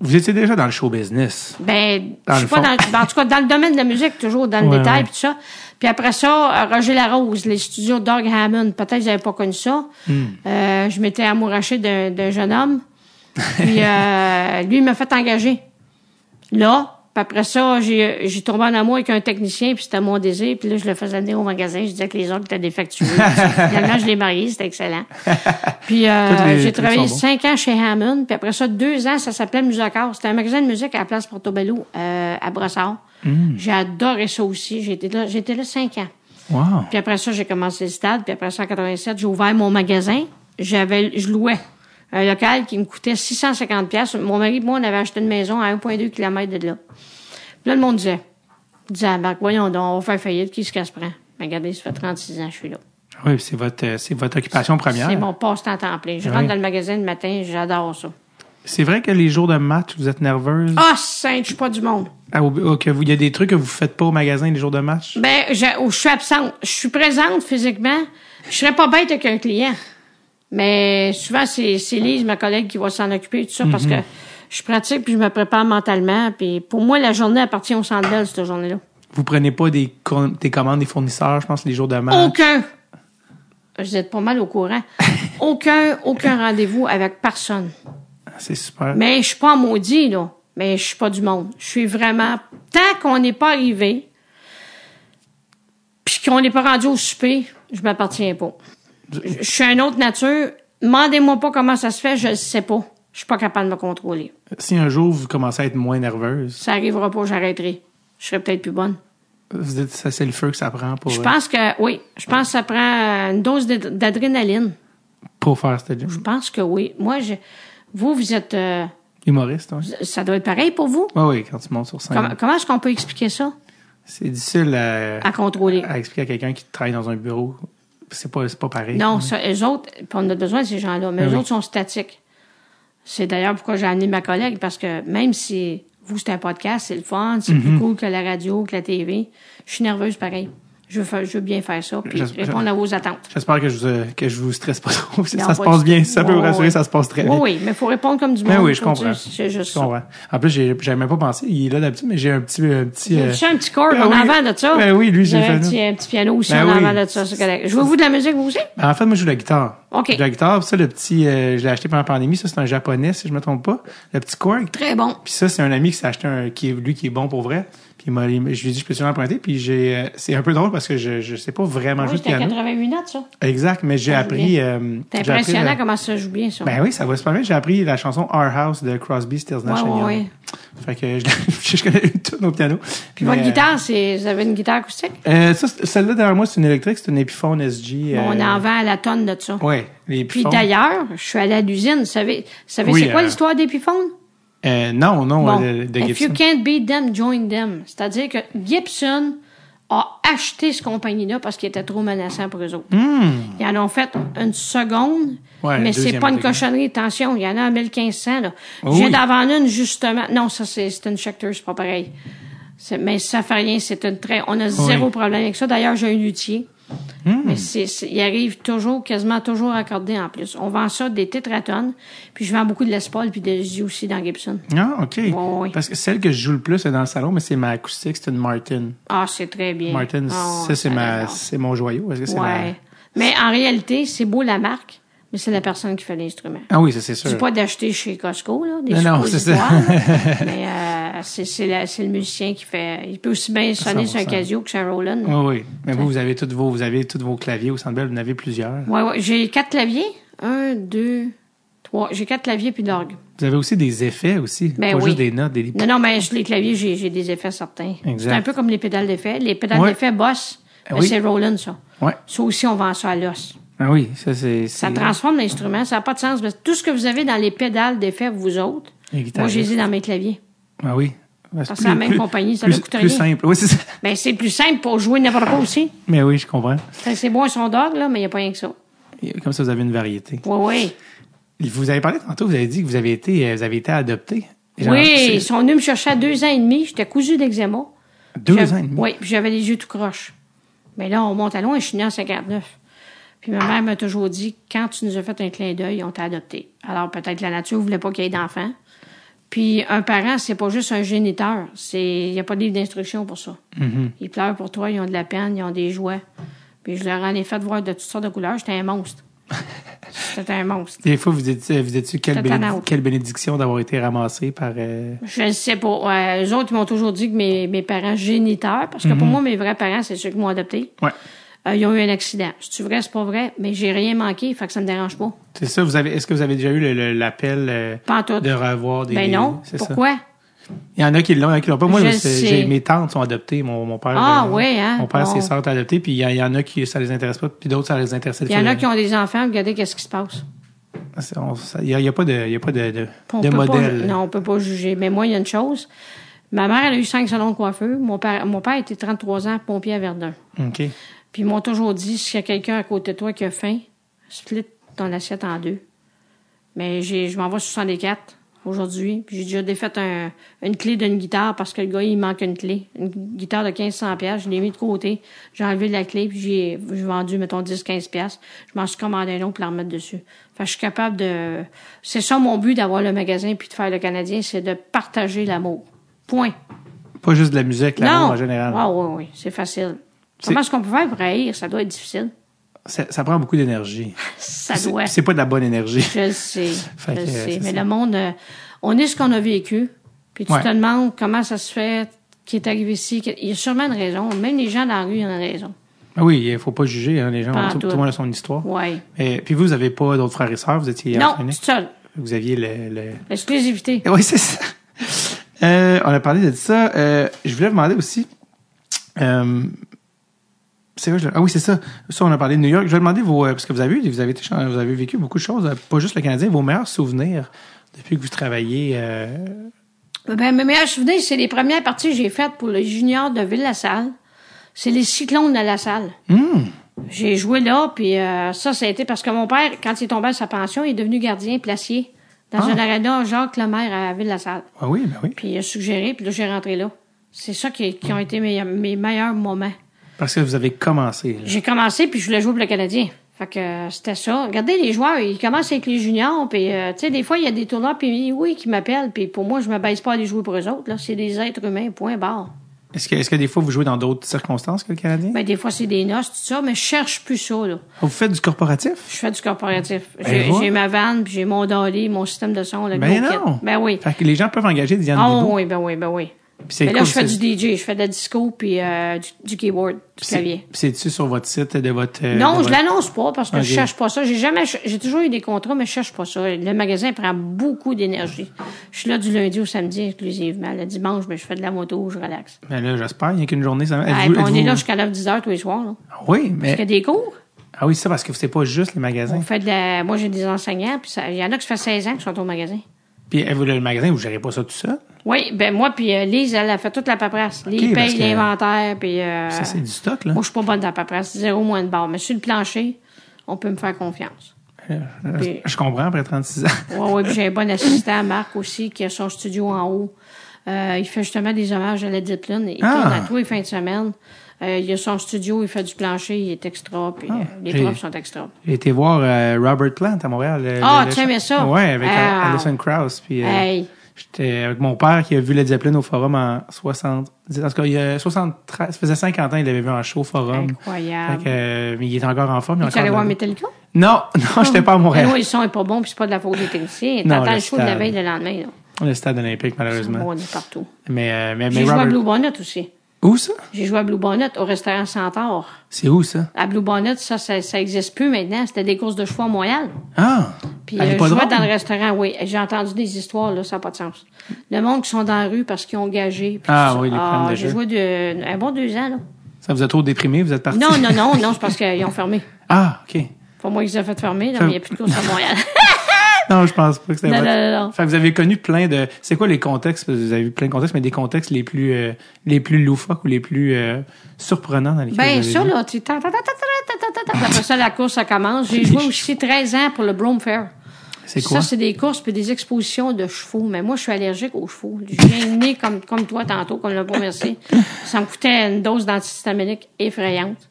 S1: Vous étiez déjà dans le show business.
S3: Ben,
S1: Dans
S3: je
S1: le
S3: sais
S1: fond.
S3: pas, dans, ben, en tout cas, dans le domaine de la musique, toujours dans le
S1: Ouais, ouais.
S3: détail, puis tout ça. Puis après ça, euh, Roger Larose, les studios Doug Hammond, peut-être que vous n'avez pas connu ça.
S1: Hmm.
S3: Euh, je m'étais amourachée d'un d'un jeune homme. Puis euh, [laughs] lui, il m'a fait engager. Là, puis après ça, j'ai j'ai tombé en amour avec un technicien, puis c'était mon désir. Puis là, je le faisais venir au magasin. Je disais que les orgues
S1: [laughs]
S3: étaient défectueux. Finalement, je l'ai marié, c'était excellent. Puis euh,
S1: Toutes les
S3: j'ai
S1: trucs
S3: travaillé
S1: sont bons.
S3: cinq ans chez Hammond, puis après ça, deux ans, ça s'appelait Musacor. C'était un magasin de musique à la place Portobello, euh, à Brossard.
S1: Hmm.
S3: J'ai adoré ça aussi. J'étais là, j'étais là cinq ans.
S1: Wow.
S3: Puis après ça, j'ai commencé le stade. Puis après ça, en 87, j'ai ouvert mon magasin. J'avais, je louais un local qui me coûtait 650 pièces. Mon mari et moi, on avait acheté une maison à 1,2 km de là. Puis là, le monde disait, disait à Marc, voyons donc, on va faire faillite, qui se casse prend? Mais regardez, ça fait 36 ans que je suis là.
S1: Oui, puis c'est votre, euh, c'est votre occupation première.
S3: C'est mon passe-temps à temps plein. Je
S1: Oui.
S3: rentre dans le magasin le matin, j'adore ça.
S1: C'est vrai que les jours de match, vous êtes nerveuse.
S3: Ah, sainte, je suis pas du monde.
S1: Ah, ou- ou que vous- il y a des trucs que vous faites pas au magasin les jours de match.
S3: Ben, je, oh, je suis absente. Je suis présente physiquement. Je serais pas bête avec un client. Mais souvent, c'est, c'est Lise, ma collègue, qui va s'en occuper, tout ça, parce que je pratique puis je me prépare mentalement. Puis pour moi, la journée appartient au centre Bell, cette journée-là.
S1: Vous prenez pas des, com- des commandes des fournisseurs, je pense, les jours de match.
S3: Aucun. Vous êtes pas mal au courant. aucun, aucun rendez-vous avec personne.
S1: Ah, C'est super.
S3: Mais je suis pas en maudit, là. Mais je suis pas du monde. Je suis vraiment. Tant qu'on n'est pas arrivé, puis qu'on n'est pas rendu au souper, je m'appartiens pas. Je je suis une autre nature. Demandez-moi pas comment ça se fait, je le sais pas. Je suis pas capable de me contrôler.
S1: Si un jour vous commencez à être moins nerveuse,
S3: Ça arrivera pas, j'arrêterai. Je serai peut-être plus bonne.
S1: vous dites ça c'est le feu que ça prend pour,
S3: Je
S1: euh,
S3: pense que, oui, je pense que ça prend une dose d'ad- d'adrénaline.
S1: pour faire cette
S3: Je pense que oui. Moi, je, vous, vous êtes, euh,
S1: humoriste. Oui,
S3: ça doit être pareil pour vous.
S1: oui, oui, quand tu montes sur scène.
S3: Comment, comment est-ce qu'on peut expliquer ça?
S1: C'est difficile à,
S3: À contrôler.
S1: à expliquer à quelqu'un qui travaille dans un bureau. C'est pas, c'est pas pareil.
S3: Non, ça, eux autres, puis on a besoin de ces gens-là, mais
S1: Ah
S3: eux
S1: oui.
S3: autres sont statiques. C'est d'ailleurs pourquoi j'ai amené ma collègue, parce que même si vous, c'est un podcast, c'est le fun, c'est
S1: Mhm.
S3: plus cool que la radio, que la TV, je suis nerveuse pareil. Je veux, faire- je veux bien faire ça, puis
S1: Je- je-
S3: répondre à vos attentes.
S1: J'espère que je vous, euh, que je vous stresse pas trop. [laughs] ça
S3: Non,
S1: se
S3: pas
S1: passe
S3: du
S1: bien.
S3: tout.
S1: Ça peut vous
S3: Ouais,
S1: rassurer,
S3: ouais.
S1: ça se passe très
S3: Oui,
S1: bien.
S3: oui, mais il faut répondre comme du monde.
S1: Mais oui, je
S3: faut dire,
S1: comprends.
S3: C'est juste
S1: Je
S3: ça.
S1: comprends. En plus, j'ai- j'avais même pas pensé. Il est là d'habitude, mais j'ai un petit. Un petit euh,
S3: J'ai un petit corps
S1: Ben
S3: en
S1: oui.
S3: avant de ça.
S1: Ben oui, lui,
S3: Vous
S1: j'ai
S3: avez
S1: fait
S3: un
S1: ça.
S3: petit, un petit piano aussi
S1: Ben
S3: en
S1: oui.
S3: avant de ça, c'est correct. Jouez-vous de la musique, vous aussi?
S1: En fait, moi, je joue de la guitare.
S3: OK.
S1: Je joue de la guitare. Ça, le petit, euh, je l'ai acheté pendant la pandémie. Ça, c'est un japonais, si je me trompe pas. Le petit Korg.
S3: Très bon.
S1: Puis ça, c'est un ami qui s'est acheté un, qui est, lui, qui est bon pour vrai. Puis il m'a- il m'a- je lui ai dit, je peux te l'emprunter. Puis j'ai, euh, c'est un peu drôle parce que je, je sais pas vraiment
S3: Oui,
S1: jouer de
S3: c'était
S1: piano.
S3: 88 notes, ça.
S1: Exact, mais j'ai
S3: Ah,
S1: appris. euh,
S3: C'est
S1: j'ai appris,
S3: impressionnant
S1: euh,
S3: comment ça joue bien, ça.
S1: Ben oui, ça va super bien. J'ai appris la chanson Our House de Crosby, Stills, Nash
S3: Ouais, ouais,
S1: Young.
S3: ouais.
S1: Fait que [laughs] je, je connais une tonne au piano.
S3: Puis votre
S1: Mais, euh,
S3: guitare, c'est, vous avez une guitare acoustique?
S1: Euh, ça, c'est- celle-là derrière moi, c'est une électrique, c'est une Epiphone SG.
S3: Bon, on
S1: euh,
S3: en vend à la tonne de ça.
S1: Ouais, les
S3: Puis
S1: Epiphones.
S3: d'ailleurs, je suis allée à l'usine. Vous savez, vous savez
S1: Oui,
S3: c'est quoi
S1: euh,
S3: l'histoire des Epiphone?
S1: Euh, non, non,
S3: Bon.
S1: euh, de
S3: If you
S1: Gibson.
S3: can't beat them, join them. C'est-à-dire que Gibson a acheté cette compagnie-là parce qu'il était trop menaçant pour eux autres. Ils en ont fait une seconde,
S1: Hmm. Ouais,
S3: mais c'est
S1: deuxième
S3: pas une
S1: intégrale.
S3: cochonnerie. Attention, il y en a en 1500. Là.
S1: Oh
S3: J'ai
S1: oui.
S3: d'avant une, justement. Non, ça, c'est c'est une Schecter, c'est pas pareil. C'est- Mais ça fait rien, c'est une très... On a zéro
S1: Oui. Hmm.
S3: problème avec ça. D'ailleurs, j'ai un luthier. Mais c'est, c'est- il arrive toujours, quasiment toujours accordé en plus. On vend ça des tétratones, puis je vends beaucoup de l'Espol puis des Uzi aussi dans Gibson.
S1: Ah, OK.
S3: oui.
S1: Parce que celle que je joue le plus est dans le salon, mais c'est ma acoustique, c'est une Martin.
S3: Ah, c'est très bien.
S1: Martin,
S3: Ah,
S1: ça, c'est ma,
S3: l'adore.
S1: c'est mon joyau. Est-ce que c'est
S3: Ouais.
S1: ma-
S3: Mais en réalité, c'est beau la marque, mais c'est la personne qui fait l'instrument.
S1: Ah oui, ça, c'est sûr.
S3: C'est pas d'acheter chez Costco, là, des
S1: Non, non,
S3: suppositoires,
S1: c'est [laughs]
S3: mais euh, c'est, c'est, la- c'est le musicien qui fait... Il peut aussi bien sonner sur un
S1: 100%.
S3: Casio que sur un Roland.
S1: Oui, oui. Mais vous, vous avez tous vos, vous avez tous vos claviers au Centre Bell, vous en avez plusieurs.
S3: Ouais, ouais. J'ai quatre claviers. Un, deux, trois. J'ai quatre claviers puis de l'orgue.
S1: Vous avez aussi des effets aussi,
S3: Ben
S1: pas
S3: oui.
S1: juste des notes, des...
S3: Non, non, mais sur les claviers, j'ai, j'ai des effets certains.
S1: Exact.
S3: C'est un peu comme les pédales d'effet. Les pédales
S1: Ouais.
S3: d'effet Boss,
S1: Ah
S3: mais
S1: oui.
S3: c'est Roland, ça.
S1: Ouais.
S3: Ça aussi, on vend ça à l'os.
S1: Ah oui, ça c'est
S3: Ça
S1: c'est-
S3: transforme l'instrument, ça n'a pas de sens. parce que tout ce que vous avez dans les pédales d'effet, vous autres,
S1: Les
S3: moi,
S1: guitaristes.
S3: je les ai dans mes claviers.
S1: Ah oui. Parce
S3: Parce que la même compagnie, ça ne
S1: plus,
S3: coûte
S1: plus
S3: rien.
S1: simple. Oui, c'est ça. [laughs]
S3: Ben, c'est plus simple pour jouer n'importe quoi aussi.
S1: Mais oui, je comprends.
S3: Fait que C'est bon, ils sont d'orgue, là, mais il n'y a pas rien que ça.
S1: Comme ça, vous avez une variété.
S3: Oui, oui.
S1: Vous avez parlé tantôt, vous avez dit que vous avez été, euh, vous avez été adopté. Genre,
S3: Oui, ils
S1: c'est
S3: sont venus me chercher à deux ans et demi. J'étais cousu d'eczéma.
S1: Deux
S3: J'avais-
S1: ans et demi.
S3: Oui, puis j'avais les yeux tout croches. Mais là, on monte à loin, je suis née en 59. Puis ma mère m'a toujours dit, quand tu nous as fait un clin d'œil, on t'a adopté. Alors peut-être la nature voulait pas qu'il y ait d'enfants. Puis un parent, c'est pas juste un géniteur. C'est, il y a pas de livre d'instruction pour ça.
S1: Mm-hmm.
S3: Ils pleurent pour toi, ils ont de la peine, ils ont des joies. Puis je leur en ai fait voir de toutes sortes de couleurs. J'étais
S1: [laughs]
S3: un monstre. J'étais un monstre.
S1: Des fois, vous dites, vous dites quelle,
S3: Tête
S1: bénédi-
S3: en haut.
S1: quelle bénédiction d'avoir été ramassé par. euh,
S3: Je ne sais pas. Ouais, eux autres, ils m'ont toujours dit que mes, mes parents géniteurs, parce que
S1: Mm-hmm.
S3: pour moi, mes vrais parents, c'est ceux qui m'ont adopté.
S1: Ouais.
S3: Euh, ils ont eu un accident. C'est vrai, c'est pas vrai, mais j'ai rien manqué, fait que ça me dérange pas.
S1: C'est ça. Vous avez, est-ce que vous avez déjà eu le- le- l'appel euh,
S3: Pas en tout.
S1: de revoir des.
S3: Ben non.
S1: c'est ça.
S3: Pourquoi?
S1: Il y en a qui l'ont, il y en a qui l'ont pas. Moi,
S3: Je
S1: je sais-
S3: sais.
S1: j'ai- mes tantes sont adoptées. Mon, mon père. euh,
S3: Ah, ouais, hein?
S1: Mon père, ses
S3: Bon.
S1: sœurs sont adoptées. Puis il y, en- il y en a qui ça les intéresse pas. Puis d'autres ça les intéresse.
S3: Il y en a qui ont des enfants, regardez qu'est-ce qui se passe.
S1: Il n'y a, il y a pas de, il y a pas de, de,
S3: On
S1: de
S3: peut
S1: modèle.
S3: Pas, non, on peut pas juger. Mais moi, il y a une chose. Ma mère, elle a eu cinq salons de coiffeur. Mon père, mon père était 33 ans, pompier à Verdun.
S1: OK.
S3: Puis ils m'ont toujours dit, s'il y a quelqu'un à côté de toi qui a faim, split ton assiette en deux. Mais j'ai, je m'en vais sur 64 aujourd'hui. Puis j'ai déjà défait un- une clé d'une guitare parce que le gars, il manque une clé. Une guitare de 1500 pièces, je l'ai mis de côté. J'ai enlevé la clé, puis j'ai, j'ai vendu, mettons, 10, 15 pièces. Je m'en suis commandé un autre pour la remettre dessus. Fait que je suis capable de... C'est ça mon but d'avoir le magasin puis de faire le Canadien, c'est de partager l'amour. Point.
S1: Pas juste de la musique, l'amour en général.
S3: Ah oui, oui, c'est facile.
S1: C'est-
S3: Comment est-ce qu'on peut faire pour haïr? Ça doit être difficile.
S1: Ça, ça prend beaucoup d'énergie.
S3: Ça
S1: C'est-
S3: doit.
S1: C'est pas de la bonne énergie.
S3: [laughs] Je le sais.
S1: Fait que,
S3: je le
S1: euh, c'est
S3: sais. Mais
S1: ça.
S3: le monde, euh, on est ce qu'on a vécu. Puis tu
S1: Ouais.
S3: te demandes comment ça se fait qui est arrivé ici. qu'il- Il y a sûrement une raison. Même les gens dans la rue, ils ont une raison.
S1: Ah oui, il faut pas juger hein, les gens.
S3: Pas en
S1: Tout,
S3: tout.
S1: tout le monde a son histoire.
S3: Oui.
S1: Et, puis vous, vous avez pas d'autres frères et sœurs. Vous étiez
S3: Non,
S1: orphelin.
S3: toute seule.
S1: Vous aviez le- le,
S3: L'exclusivité.
S1: Eh Oui, c'est ça. Euh, on a parlé de ça. Euh, je voulais demander aussi. euh, c'est vrai, je l'ai- ah oui, c'est ça. Ça, on a parlé de New York. Je vais demander vos. euh, parce que vous avez, eu- vous avez, été chan- vous avez vécu beaucoup de choses, euh, pas juste le Canadien, vos meilleurs souvenirs depuis que vous travaillez. euh,
S3: Ben, mes meilleurs souvenirs, c'est les premières parties que j'ai faites pour le junior de Ville-la-Salle. C'est les cyclones de la salle.
S1: Hmm.
S3: J'ai joué là, puis euh, ça, ça a été parce que mon père, quand il est tombé à sa pension, il est devenu gardien placier dans
S1: Ah.
S3: un aréna Jacques Lemaire à Ville-la-Salle.
S1: Ah oui, ben oui.
S3: Puis il a suggéré, puis là, j'ai rentré là. C'est ça qui, qui ont été mes, mes meilleurs moments.
S1: Parce que vous avez commencé. là.
S3: J'ai commencé, puis je voulais jouer pour le Canadien. Fait que euh, c'était ça. Regardez les joueurs, ils commencent avec les juniors, puis euh, tu sais, des fois, il y a des tournois, puis oui, qui m'appellent, puis pour moi, je me baisse pas à aller jouer pour eux autres. là. C'est des êtres humains, point barre.
S1: Est-ce que, est-ce que des fois vous jouez dans d'autres circonstances que le Canadien?
S3: Ben, des fois, c'est des noces, tout ça, mais je cherche plus ça, là.
S1: Ah, vous faites du corporatif?
S3: Je fais du corporatif.
S1: Ben,
S3: J'ai
S1: voilà.
S3: j'ai ma vanne, puis j'ai mon dolly, mon système de son, le
S1: Ben
S3: gros kit.
S1: non!
S3: Ben oui.
S1: Fait que les gens peuvent engager Diane
S3: Ah
S1: Thibault.
S3: oui, ben oui, ben oui.
S1: Puis c'est
S3: Mais là,
S1: cool,
S3: je fais
S1: c'est-
S3: du DJ, je fais de la disco, puis euh, du, du keyboard, du
S1: c'est-
S3: clavier.
S1: C'est-tu sur votre site de votre. euh,
S3: Non,
S1: de
S3: je
S1: votre-
S3: l'annonce pas parce que
S1: Ok.
S3: je cherche pas ça. J'ai jamais, ch- j'ai toujours eu des contrats, mais je cherche pas ça. Le magasin prend beaucoup d'énergie. Je suis là du lundi au samedi exclusivement. Le dimanche, mais je fais de la moto, je relaxe.
S1: Ben là, j'espère, il n'y a qu'une journée. Ça...
S3: Ah,
S1: Êtes-vous-
S3: puis on est
S1: êtes-vous- Eh.
S3: là jusqu'à 9-10 h tous les soirs. là.
S1: Oui,
S3: Il y a
S1: mais.
S3: des cours.
S1: Ah oui, c'est ça, parce que c'est pas juste les magasins.
S3: On fait de la... Moi, j'ai des enseignants. Puis ça... il y en a qui ça fait 16 ans qui sont au magasin.
S1: Puis elle voulait le magasin, vous gérez pas ça tout seul?
S3: Oui, ben moi, puis euh, Lise, elle a fait toute la paperasse.
S1: Ok,
S3: les
S1: parce
S3: payes,
S1: que-
S3: l'inventaire, puis... euh,
S1: Ça, c'est du stock, là.
S3: Moi, je suis pas bonne dans la paperasse, zéro moins de barre. Mais sur le plancher, on peut me faire confiance.
S1: Euh,
S3: puis-
S1: Je comprends, après 36 ans. [laughs]
S3: Oui, oui, puis j'ai un bon assistant, Marc aussi, qui a son studio en haut. Euh, il fait justement des hommages à la Dylan. Il
S1: Ah!
S3: tourne à tous les fins de semaine. Euh, il a son studio, il fait du plancher, il est extra,
S1: Ah,
S3: puis euh, les
S1: j'ai-
S3: profs sont extra.
S1: J'ai été voir euh, Robert Plant à Montréal. le-
S3: Ah,
S1: le- le
S3: tu aimais
S1: chan-
S3: ça?
S1: Ouais, avec
S3: Ah.
S1: Alison Krauss. Puis, euh,
S3: Hey.
S1: J'étais avec mon père qui a vu Led Zeppelin au forum en 60. En tout cas, il y a 73. Ça faisait 50 ans, il l'avait vu en show au forum.
S3: Incroyable.
S1: Fait que, euh, mais il est encore en forme. il est
S3: Tu allais
S1: encore
S3: voir Ah
S1: là-
S3: Metallica?
S1: Non, [laughs] non, j'étais pas à Montréal.
S3: Non, ils sont pas bons, puis c'est pas de la faute des techniciens.
S1: Non,
S3: T'entends
S1: le
S3: le show de la
S1: stade.
S3: veille le lendemain. Là.
S1: Le stade olympique, malheureusement.
S3: On est partout.
S1: Mais, euh, mais, mais
S3: Ah J'ai joué à
S1: Robert-
S3: Blue Bonnet aussi.
S1: Où ça?
S3: J'ai joué à Blue Bonnet au restaurant Centaure.
S1: C'est où ça?
S3: À Blue Bonnet, ça, ça, ça existe plus maintenant. C'était des courses de chevaux à Montréal.
S1: Ah!
S3: Puis
S1: Elle est
S3: euh, je
S1: pas
S3: vois
S1: drôle?
S3: dans le restaurant, oui. J'ai entendu des histoires, là, ça n'a pas de sens. Le monde qui sont dans la rue parce qu'ils ont gagé. puis
S1: Ah
S3: tout ça.
S1: oui, les problèmes de
S3: J'ai
S1: jeu.
S3: joué de, un bon deux ans, là.
S1: Ça vous a trop déprimé, vous êtes parti?
S3: Non, non, non, non, c'est parce qu'ils ont fermé.
S1: [laughs] Ah, OK.
S3: Pour moi, ils les ont fait fermer, là, mais il n'y a plus de course à Montréal.
S1: Non, je pense pas que c'était
S3: Non,
S1: vrai.
S3: non, non, non.
S1: Fait que vous avez connu plein de. C'est quoi les contextes? Parce que Vous avez vu plein de contextes, mais des contextes les plus, euh, les plus loufoques ou les plus euh, surprenants dans les
S3: ben, ça, là, tu t'en- t'en- t'en- t'en- t'en- t'en- t'en- Après ça, la course, ça commence. J'ai joué aussi 13 ans pour le Brome Fair.
S1: C'est quoi?
S3: Ça, c'est des courses puis des expositions de chevaux. Mais moi, je suis allergique aux chevaux. Je viens
S1: [laughs]
S3: de nez comme, comme toi tantôt, comme le pas merci. Ça me coûtait une dose d'antihistaminique effrayante.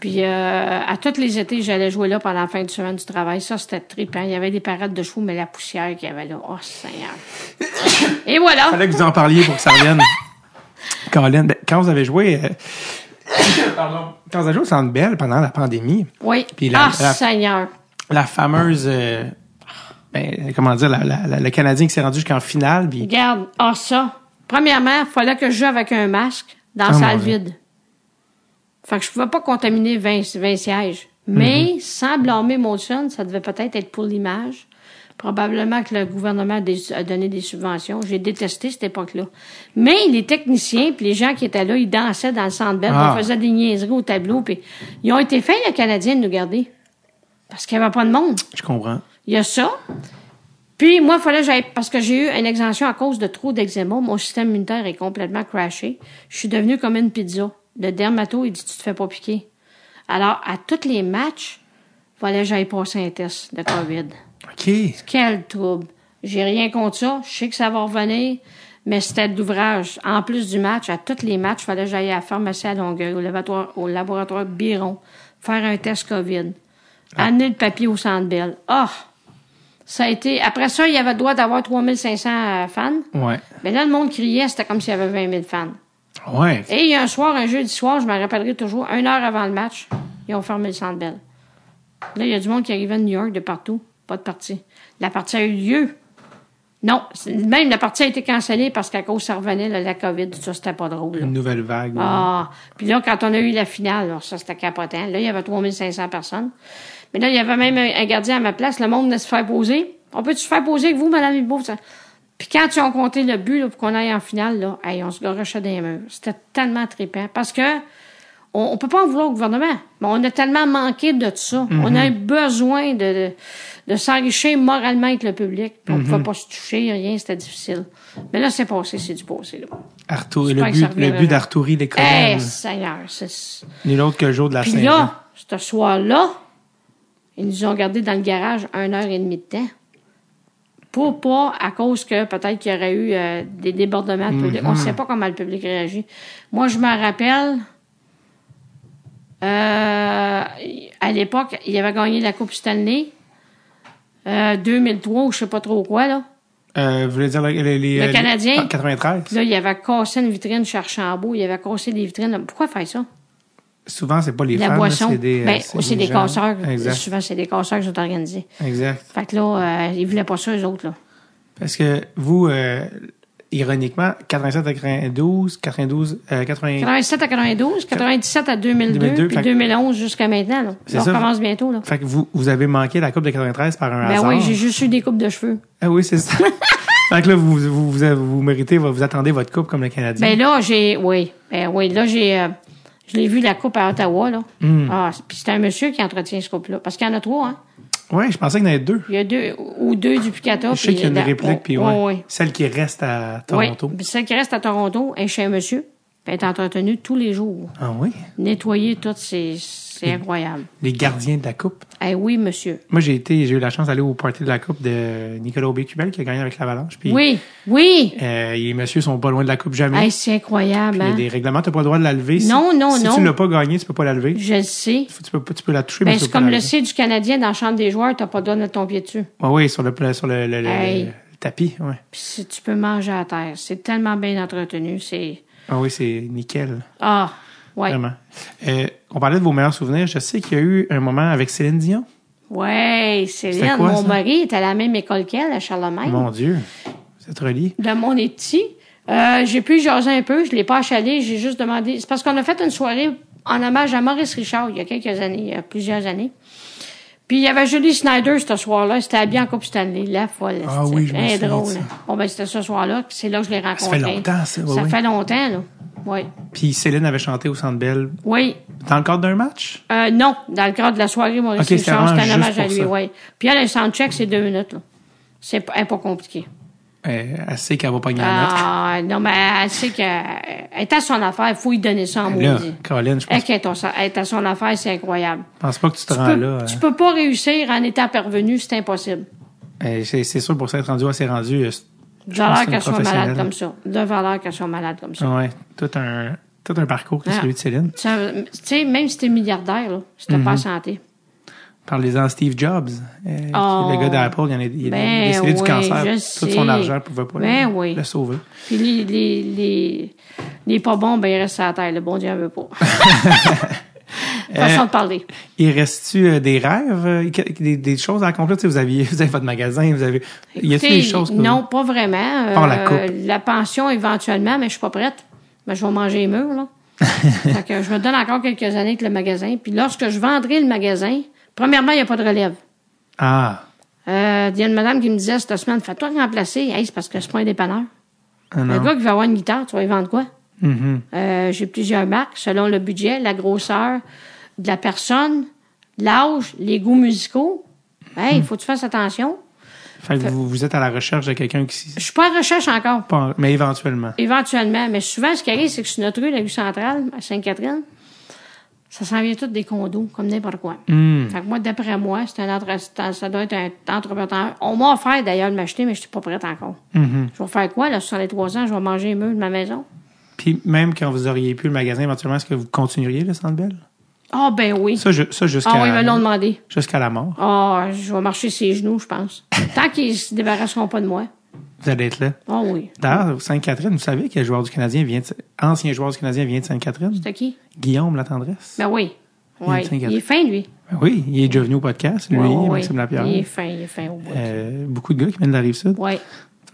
S3: Puis euh, à tous les étés, j'allais jouer là pendant la fin de semaine du travail. Ça, c'était trippant. Il y avait des parades de chevaux, mais la poussière qu'il y avait là. Oh, Seigneur. Et voilà.
S1: fallait que vous en parliez pour que ça
S3: [laughs]
S1: revienne. Colin, ben, quand vous avez joué. euh, Pardon. Quand vous avez joué au Centre Bell pendant la pandémie,
S3: Oui.
S1: Puis la-
S3: Ah,
S1: la-
S3: Seigneur.
S1: la fameuse. euh, ben, comment dire, la- la- la- le Canadien qui s'est rendu jusqu'en finale, puis
S3: Regarde. Ah, ça. Premièrement, il fallait que je joue avec un masque dans
S1: Ah,
S3: la salle
S1: mon Dieu.
S3: vide. Fait que je pouvais pas contaminer 20, 20 sièges.
S1: Mhm.
S3: Mais sans blâmer Molson, ça devait peut-être être pour l'image. Probablement que le gouvernement a, des- a donné des subventions. J'ai détesté cette époque-là. Mais les techniciens puis les gens qui étaient là, ils dansaient dans le centre belle,
S1: Ah.
S3: on faisait des niaiseries au tableau. Puis ils ont été faits, le Canadien, de nous garder. Parce qu'il n'y avait pas de monde.
S1: je comprends.
S3: Il y a ça. Puis moi, il fallait que j'aille parce que j'ai eu une exemption à cause de trop d'eczéma. Mon système immunitaire est complètement crashé. Je suis devenue comme une pizza. Le dermato, il dit tu te fais pas piquer. Alors, à tous les matchs, il fallait que j'aille passer un test de COVID.
S1: OK.
S3: Quel trouble. J'ai rien contre ça. Je sais que ça va revenir. Mais c'était de l'ouvrage. En plus du match, à tous les matchs, il fallait que j'aille à la pharmacie à Longueuil, au laboratoire, au laboratoire Biron, faire un test COVID, amener le papier au centre Bell. Ah! Ça a été. Après ça, il y avait le droit d'avoir 3500 euh, fans.
S1: Ouais.
S3: Mais là, le monde criait, c'était comme s'il y avait 20 000 fans.
S1: Ouais.
S3: Et il y a un soir, un jeudi soir, je me rappellerai toujours, une heure avant le match, ils ont fermé le Centre Bell. Là, il y a du monde qui arrivait de New York, de partout. Pas de partie. La partie a eu lieu. Non, c'est- même la partie a été cancellée parce qu'à cause, ça revenait, là, la COVID, tout ça, c'était pas drôle. là.
S1: Une nouvelle vague.
S3: Ah! Puis là, quand on a eu la finale, alors ça, c'était capotant. Là, il y avait 3500 personnes. Mais là, il y avait même un un gardien à ma place. Le monde venait se faire poser. On peut-tu se faire poser avec vous, Madame Hulbeau? Ça- Puis quand ils ont compté le but là, pour qu'on aille en finale, là, hey, on se garochait des murs. C'était tellement trippant. Parce que on, on peut pas en vouloir au gouvernement. Mais on a tellement manqué de ça. On a eu besoin de, de, de s'enrichir moralement avec le public. Puis On pouvait pas se toucher, rien, c'était difficile. Mais là, c'est passé, c'est du passé. Là.
S1: Arthur, le
S3: j'espère que ça
S1: but, le
S3: reviendra.
S1: but d'Arturi les
S3: Hey,
S1: colonnes.
S3: Seigneur, c'est...
S1: Nul autre que le jour de la
S3: Puis
S1: Saint-Jean.
S3: là, ce soir-là, ils nous ont gardés dans le garage une heure et demie de temps. Pour pas, à cause que peut-être qu'il y aurait eu euh, des débordements de public. On
S1: Mm-hmm.
S3: ne sait pas comment le public réagit. Moi, je me rappelle, euh, à l'époque, il avait gagné la Coupe Stanley, euh, 2003 ou je sais pas trop quoi, là.
S1: Euh, vous voulez dire les, les, les-
S3: Le Canadien.
S1: Ah, 93.
S3: Puis là, il avait cassé une vitrine chez Archambault, il avait cassé des vitrines. Pourquoi faire ça?
S1: Souvent, c'est pas les
S3: La
S1: fans, là,
S3: boisson.
S1: c'est des, euh,
S3: Ben, c'est des
S1: gens.
S3: casseurs.
S1: Exact,
S3: Souvent, c'est des casseurs qui sont organisés.
S1: exact.
S3: Fait que là, euh, ils voulaient pas ça, eux autres, là.
S1: Parce que vous, euh, ironiquement, 87 à 92, 92, euh, 80...
S3: 97 à 92, 97 à 2002,
S1: 2002,
S3: puis
S1: fait que-
S3: 2011 jusqu'à maintenant, là.
S1: C'est
S3: On
S1: ça.
S3: recommence bientôt, là.
S1: Fait que vous, vous avez manqué la Coupe de 93 par un
S3: Ben
S1: hasard.
S3: oui, j'ai juste eu des coupes de cheveux.
S1: Ah oui, c'est ça. [laughs] fait que là, vous, vous, vous, vous méritez, vous attendez votre coupe comme le Canadien.
S3: Ben là, j'ai, oui, ben oui, là, j'ai, euh,
S1: Hmm.
S3: je l'ai vu la coupe à Ottawa, là. Ah, puis c'est un monsieur qui entretient ce couple-là. Parce qu'il y en a trois, hein.
S1: Oui, je pensais qu'il y en avait deux.
S3: Il y a deux, ou deux duplicata.
S1: Je sais qu'il y a
S3: euh,
S1: une réplique, puis ouais.
S3: Oh, Oui,
S1: Celle qui reste à Toronto.
S3: Celle qui reste à Toronto est chez un monsieur, puis elle est entretenue tous les jours.
S1: Ah oui?
S3: Nettoyer tout, c'est c'est
S1: Hmm.
S3: incroyable.
S1: Les gardiens de la Coupe.
S3: Eh oui, monsieur.
S1: Moi, j'ai été, j'ai eu la chance d'aller au party de la Coupe de Nicolas Aubé-Cubel qui a gagné avec l'Avalanche. Puis,
S3: Oui, oui.
S1: euh, les messieurs sont pas loin de la Coupe jamais.
S3: Eh, c'est
S1: Puis
S3: incroyable,
S1: Il y a
S3: hein?
S1: des règlements, t'as pas le droit de la lever. Si-
S3: Non, non,
S1: si
S3: non.
S1: tu l'as pas gagné, tu peux pas la lever.
S3: Je le sais.
S1: Tu peux, pas- tu peux la toucher, mais
S3: Ben,
S1: tu
S3: c'est
S1: peux pas
S3: comme
S1: la
S3: le
S1: lever.
S3: C du Canadien dans la chambre des joueurs, t'as pas le droit de mettre ton pied dessus.
S1: Ouais, oui, sur le, pla- sur le, le- le-
S3: Hey.
S1: le tapis, ouais.
S3: Puis si tu peux manger à terre, c'est tellement bien entretenu, c'est...
S1: Ah oui, c'est nickel.
S3: Ah, ouais.
S1: Vraiment. Euh, on parlait de vos meilleurs souvenirs. Je sais qu'il y a eu un moment avec Céline Dion.
S3: Ouais,
S1: C'était
S3: Céline,
S1: quoi,
S3: mon
S1: ça?
S3: mari était à la même école qu'elle, à Charlemagne.
S1: Mon Dieu. Vous êtes reliés.
S3: de mon petit. Euh, j'ai pu jaser un peu, je l'ai pas achalé, j'ai juste demandé. C'est parce qu'on a fait une soirée en hommage à Maurice Richard il y a quelques années, il y a plusieurs années. Puis il y avait Julie Snyder ce soir-là, c'était habillée en Coupe Stanley, la folle.
S1: Ah
S3: c'est
S1: oui, je me
S3: bien
S1: souviens de
S3: drôle.
S1: ça.
S3: hein. Bon ben c'était ce soir-là, que c'est là que je l'ai rencontré.
S1: Ça fait longtemps, ça, oui,
S3: Ça
S1: oui.
S3: fait longtemps là. Oui.
S1: Puis Céline avait chanté au Centre Bell
S3: Oui.
S1: dans le cadre d'un match.
S3: Euh, non, dans le cadre de la soirée Maurice
S1: Ok, c'était
S3: Richard,
S1: vraiment
S3: c'était un
S1: juste
S3: hommage à
S1: pour
S3: lui,
S1: ça.
S3: oui. Puis elle, un soundcheck, c'est deux minutes là. C'est pas, hein, pas compliqué.
S1: Euh, elle sait qu'elle va pogner la note.
S3: Ah, non, mais elle sait qu'elle est à son affaire. Il faut lui donner ça en
S1: Là,
S3: maudit.
S1: Colin, je pense,
S3: Elle qui est à- elle est à son affaire, c'est incroyable.
S1: je pense pas que tu te
S3: Tu
S1: rends
S3: peux,
S1: là.
S3: tu
S1: hein.
S3: peux pas réussir en étant parvenu, c'est impossible.
S1: Euh, c'est c'est sûr pour s'être rendu, elle s'est rendue. euh,
S3: De
S1: je pense
S3: valeur
S1: que
S3: qu'elle
S1: c'est Ah.
S3: soit
S1: une professionnelle.
S3: malade comme ça. De valeur qu'elle soit malade comme ça.
S1: Ouais, tout un, tout un parcours que
S3: Ah.
S1: celui de Céline.
S3: Ça, Tu sais, même si t'es milliardaire, là, si t'as pas
S1: Mhm.
S3: la santé.
S1: Parlez-en à Steve Jobs, euh, qui est
S3: Oh.
S1: le gars d'Apple, il, en est, il est
S3: Ben
S1: décédé du
S3: oui,
S1: cancer.
S3: je
S1: Tout son
S3: sais.
S1: argent pouvait pas
S3: Ben
S1: le,
S3: oui.
S1: le sauver.
S3: Puis les, les, les, les pas bons, ben ils restent à la terre. Le bon Dieu en
S1: [laughs]
S3: veut pas.
S1: Euh,
S3: Façon de parler.
S1: Il reste-tu euh, des rêves, euh, que- des, des choses à accomplir? Tu sais, vous, aviez, [laughs] vous avez votre magasin, vous avez. Y a-t-il des
S3: Écoutez,
S1: choses que
S3: Non, pas vraiment. euh,
S1: Par la coupe.
S3: la pension, éventuellement, mais je suis pas prête. Mais je vais manger les
S1: [laughs]
S3: murs, là. fait que je me donne encore quelques années avec le magasin. Puis lorsque je vendrai le magasin, premièrement, il n'y a pas de relève.
S1: Ah,
S3: Euh, Il y a une madame qui me disait cette semaine, fais-toi remplacer. Hey, c'est parce que c'est pas un dépanneur.
S1: ah non.
S3: Le gars qui va avoir une guitare, tu vas lui vendre quoi?
S1: Mhm.
S3: Euh, J'ai plusieurs marques selon le budget, la grosseur de la personne, l'âge, les goûts musicaux.
S1: Hmm.
S3: Hey, il faut que tu fasses attention.
S1: Fait que vous, vous êtes à la recherche de quelqu'un qui. s-
S3: Je suis pas en recherche encore.
S1: pas en- Mais éventuellement.
S3: Éventuellement. Mais souvent, ce qui arrive, c'est que sur notre rue, la rue centrale, à Sainte-Catherine, ça s'en vient tout des condos, comme n'importe quoi.
S1: Hmm.
S3: Fait que moi, d'après moi, c'est un entre- c'est- ça doit être un entrepreneur. On m'a offert d'ailleurs de m'acheter, mais je suis pas prête encore.
S1: Mhm.
S3: Je vais faire quoi, là, sur les trois ans? Je vais manger les meubles de ma maison?
S1: Puis même quand vous auriez pu le magasin, éventuellement, est-ce que vous continueriez le Centre Bell?
S3: Ah, ben oui.
S1: Ça, ju- ça jusqu'à
S3: Ah oui, ils me l'ont demandé.
S1: jusqu'à la mort.
S3: Ah, je vais marcher ses genoux,
S1: [laughs]
S3: je pense. Tant qu'ils se débarrasseront pas de moi.
S1: Vous allez être là.
S3: Ah oui.
S1: D'ailleurs, Sainte-Catherine, vous savez que le joueur du Canadien vient de... ancien joueur du Canadien vient de Sainte-Catherine?
S3: C'est qui?
S1: Guillaume Latendresse.
S3: Ben oui.
S1: est
S3: Oui.
S1: de Sainte-Catherine.
S3: Il est fin, lui.
S1: Ben oui, il est déjà venu au podcast, lui,
S3: Ouais, ouais,
S1: Maxime
S3: ouais.
S1: Lapierre.
S3: Il est fin, il est fin au bout.
S1: Euh, beaucoup de gars qui viennent de la Rive-Sud.
S3: Ouais.
S1: Tout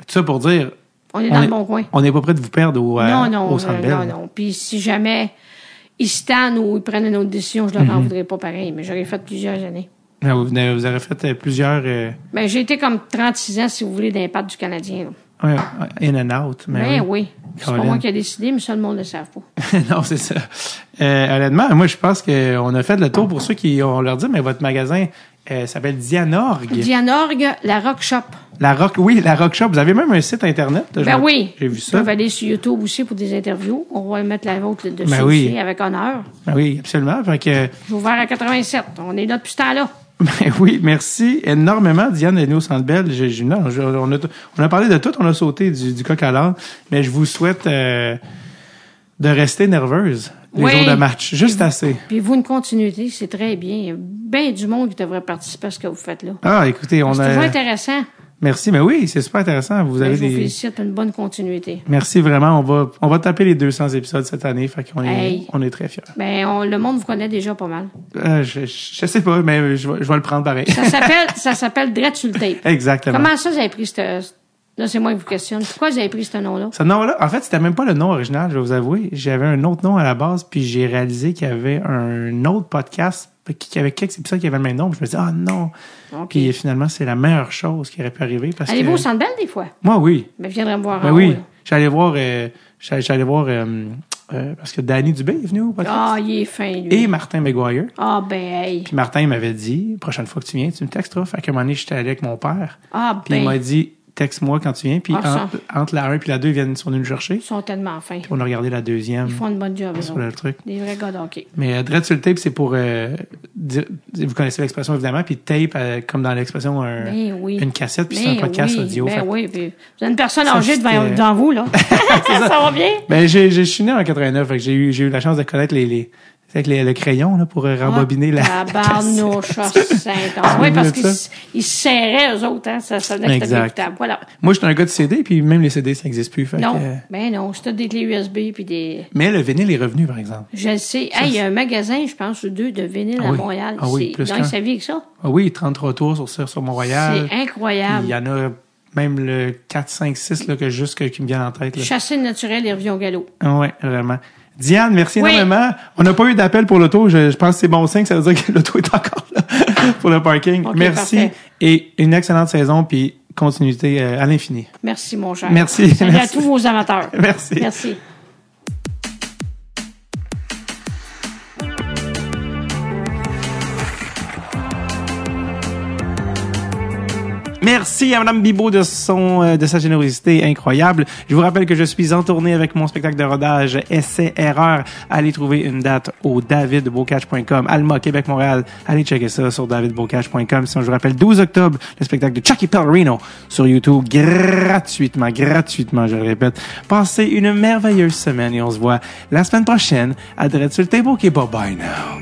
S1: ça pour dire,
S3: On est dans
S1: on
S3: le
S1: est-
S3: bon coin.
S1: on n'est pas prêt de vous perdre au, euh,
S3: non, non,
S1: au Centre
S3: euh,
S1: Bell.
S3: non, non. Puis si jamais ils se tannent ou ils prennent une autre décision, je leur
S1: Mm-hmm.
S3: en voudrais pas pareil, mais j'aurais fait plusieurs années.
S1: Ben, Vous, venez- vous aurez fait euh, plusieurs euh,
S3: Ben, j'ai été comme 36 ans, si vous voulez, d'impact du Canadien. là.
S1: ouais, in and out. Mais
S3: Ben oui. C'est pas
S1: Colin.
S3: moi qui ai décidé, mais ça, le monde le savent pas.
S1: [laughs] non, c'est ça. Euh, honnêtement, moi, je pense qu'on a fait le tour pour ceux qui, on leur dit, mais votre magasin euh, s'appelle Dianorg.
S3: Dianorgue, la Rock Shop.
S1: la Rock, oui, la Rock Shop. Vous avez même un site Internet. Je
S3: Ben
S1: me-
S3: oui.
S1: J'ai vu
S3: Ils
S1: ça.
S3: peuvent aller sur YouTube aussi pour des interviews. On va mettre la vôtre dessus
S1: Ben oui.
S3: aussi, avec honneur.
S1: Ben oui, absolument. Fait que, [laughs]
S3: J'ai ouvert à 87. On est là depuis ce temps-là.
S1: ben oui, merci énormément, Diane, de nous Centre Bell. Je- je- non, je- on, a, t- on a parlé de tout, on a sauté du, du coq à l'âne, mais je vous souhaite euh, de rester nerveuse les
S3: Oui.
S1: jours de match. Juste assez.
S3: Puis vous, une continuité, c'est très bien. Il y a bien du monde qui devrait participer à ce que vous faites là.
S1: Ah, écoutez, on
S3: C'est toujours
S1: a.
S3: intéressant.
S1: Merci, mais oui, c'est super intéressant. Vous avez
S3: Ben, je vous
S1: des.
S3: félicite, une bonne continuité.
S1: Merci vraiment. On va, on va taper les 200 épisodes cette année. Fait qu'on est,
S3: Hey.
S1: on est très fiers.
S3: Ben, on- le monde vous connaît déjà pas mal.
S1: Euh, je, je sais pas, mais je, vais- je vais le prendre pareil.
S3: Ça s'appelle, [laughs] ça s'appelle Drette sur le tape.
S1: Exactement.
S3: Comment ça, vous avez pris ce, là, c'est moi qui vous questionne. Pourquoi vous avez pris ce nom-là?
S1: Ce nom-là, en fait, c'était même pas le nom original, je vais vous avouer. J'avais un autre nom à la base, puis j'ai réalisé qu'il y avait un autre podcast qui qui avait quelques épisodes qui avaient le même nom. puis Je me dis, ah non.
S3: Ok.
S1: Puis finalement, c'est la meilleure chose qui aurait pu arriver. Parce
S3: Allez-vous
S1: que...
S3: au Centre Bell des fois?
S1: Moi, oui.
S3: Ben, viendrez me voir
S1: Ben
S3: en haut,
S1: oui.
S3: là.
S1: J'allais voir, euh, j'allais j'allais voir euh, euh, parce que Danny Dubé est venu au podcast.
S3: Ah, il est fin, lui.
S1: Et Martin McGuire.
S3: Ah, ben, hey.
S1: Puis Martin m'avait dit, prochaine fois que tu viens, tu me texteras. Fait qu'à un moment donné, j'étais allé avec mon père.
S3: Ah,
S1: Puis il m'a
S3: ben,
S1: dit, texte-moi quand tu viens. Puis
S3: Ah,
S1: entre, entre la 1 et la 2, ils viennent, sont venus nous chercher.
S3: ils sont tellement fins.
S1: On a regardé la deuxième
S3: Ils font une bonne job, eux
S1: sur le
S3: autres.
S1: truc.
S3: Des vrais gars d'hockey.
S1: Mais euh, dread sur le tape, c'est pour euh, dire- vous connaissez l'expression évidemment, puis tape euh, comme dans l'expression un-
S3: Ben oui.
S1: une cassette, puis c'est un
S3: Ben
S1: podcast
S3: oui,
S1: audio.
S3: Ben
S1: Fait que-
S3: oui, puis vous êtes une personne
S1: Ça, euh,
S3: âgée devant,
S1: c'était- [laughs]
S3: devant vous, là. ça va bien?
S1: Ben, j'ai, j'ai- je suis né en 89, fait que j'ai eu, j'ai eu la chance de connaître les, les, avec les- le crayon là, pour euh, rembobiner la,
S3: Ah,
S1: [laughs] la cassette.
S3: tabarnouche, ah, Saint-Anne. Oui, parce
S1: Tu
S3: qu'ils
S1: me dis
S3: s- ils se serraient, eux autres, hein. Ça sonnait que c'était
S1: Exact.
S3: écoutable. Voilà.
S1: Moi, j'étais un gars de CD, puis même les CD, ça n'existe plus. Fait que,
S3: Non,
S1: euh,
S3: ben non, c'était des clés USB puis des...
S1: mais le vinyle est revenu, par exemple.
S3: Je le sais. Hey, il y a un magasin, je pense, ou deux de vinyle
S1: Ah
S3: à
S1: oui.
S3: Montréal.
S1: Ah oui,
S3: C'est-
S1: plus
S3: Donc,
S1: qu'un.
S3: ça vit avec ça.
S1: Ah oui, 33 tours sur, sur sur Mont-Royal.
S3: C'est
S1: Il
S3: incroyable.
S1: y en a même le 4, 5, 6 là, que juste que- qui me vient en tête. Là.
S3: Chasser le naturel et revient au galop.
S1: Oui, vraiment. Diane, merci
S3: Oui.
S1: énormément. On n'a pas eu d'appel pour l'auto. Je, je pense que c'est bon signe. Ça veut dire que [laughs] l'auto est encore là pour le parking.
S3: Ok,
S1: merci.
S3: parfait.
S1: Et une excellente saison, puis continuité euh, à l'infini. [laughs]
S3: Merci, mon cher.
S1: Merci,
S3: Salut
S1: merci.
S3: à tous vos amateurs.
S1: [laughs] Merci.
S3: Merci.
S1: Merci à Mme Bibot de, son, euh, de sa générosité incroyable. Je vous rappelle que je suis en tournée avec mon spectacle de rodage Essai-Erreur. Allez trouver une date au davidbocage.com. Alma, Québec, Montréal. Allez checker ça sur davidbocage.com. Sinon, je vous rappelle 12 octobre, le spectacle de Chucky Pellerino sur YouTube gratuitement, gratuitement, je le répète. Passez une merveilleuse semaine et on se voit la semaine prochaine à Dread sur le table. OK, bye bye now.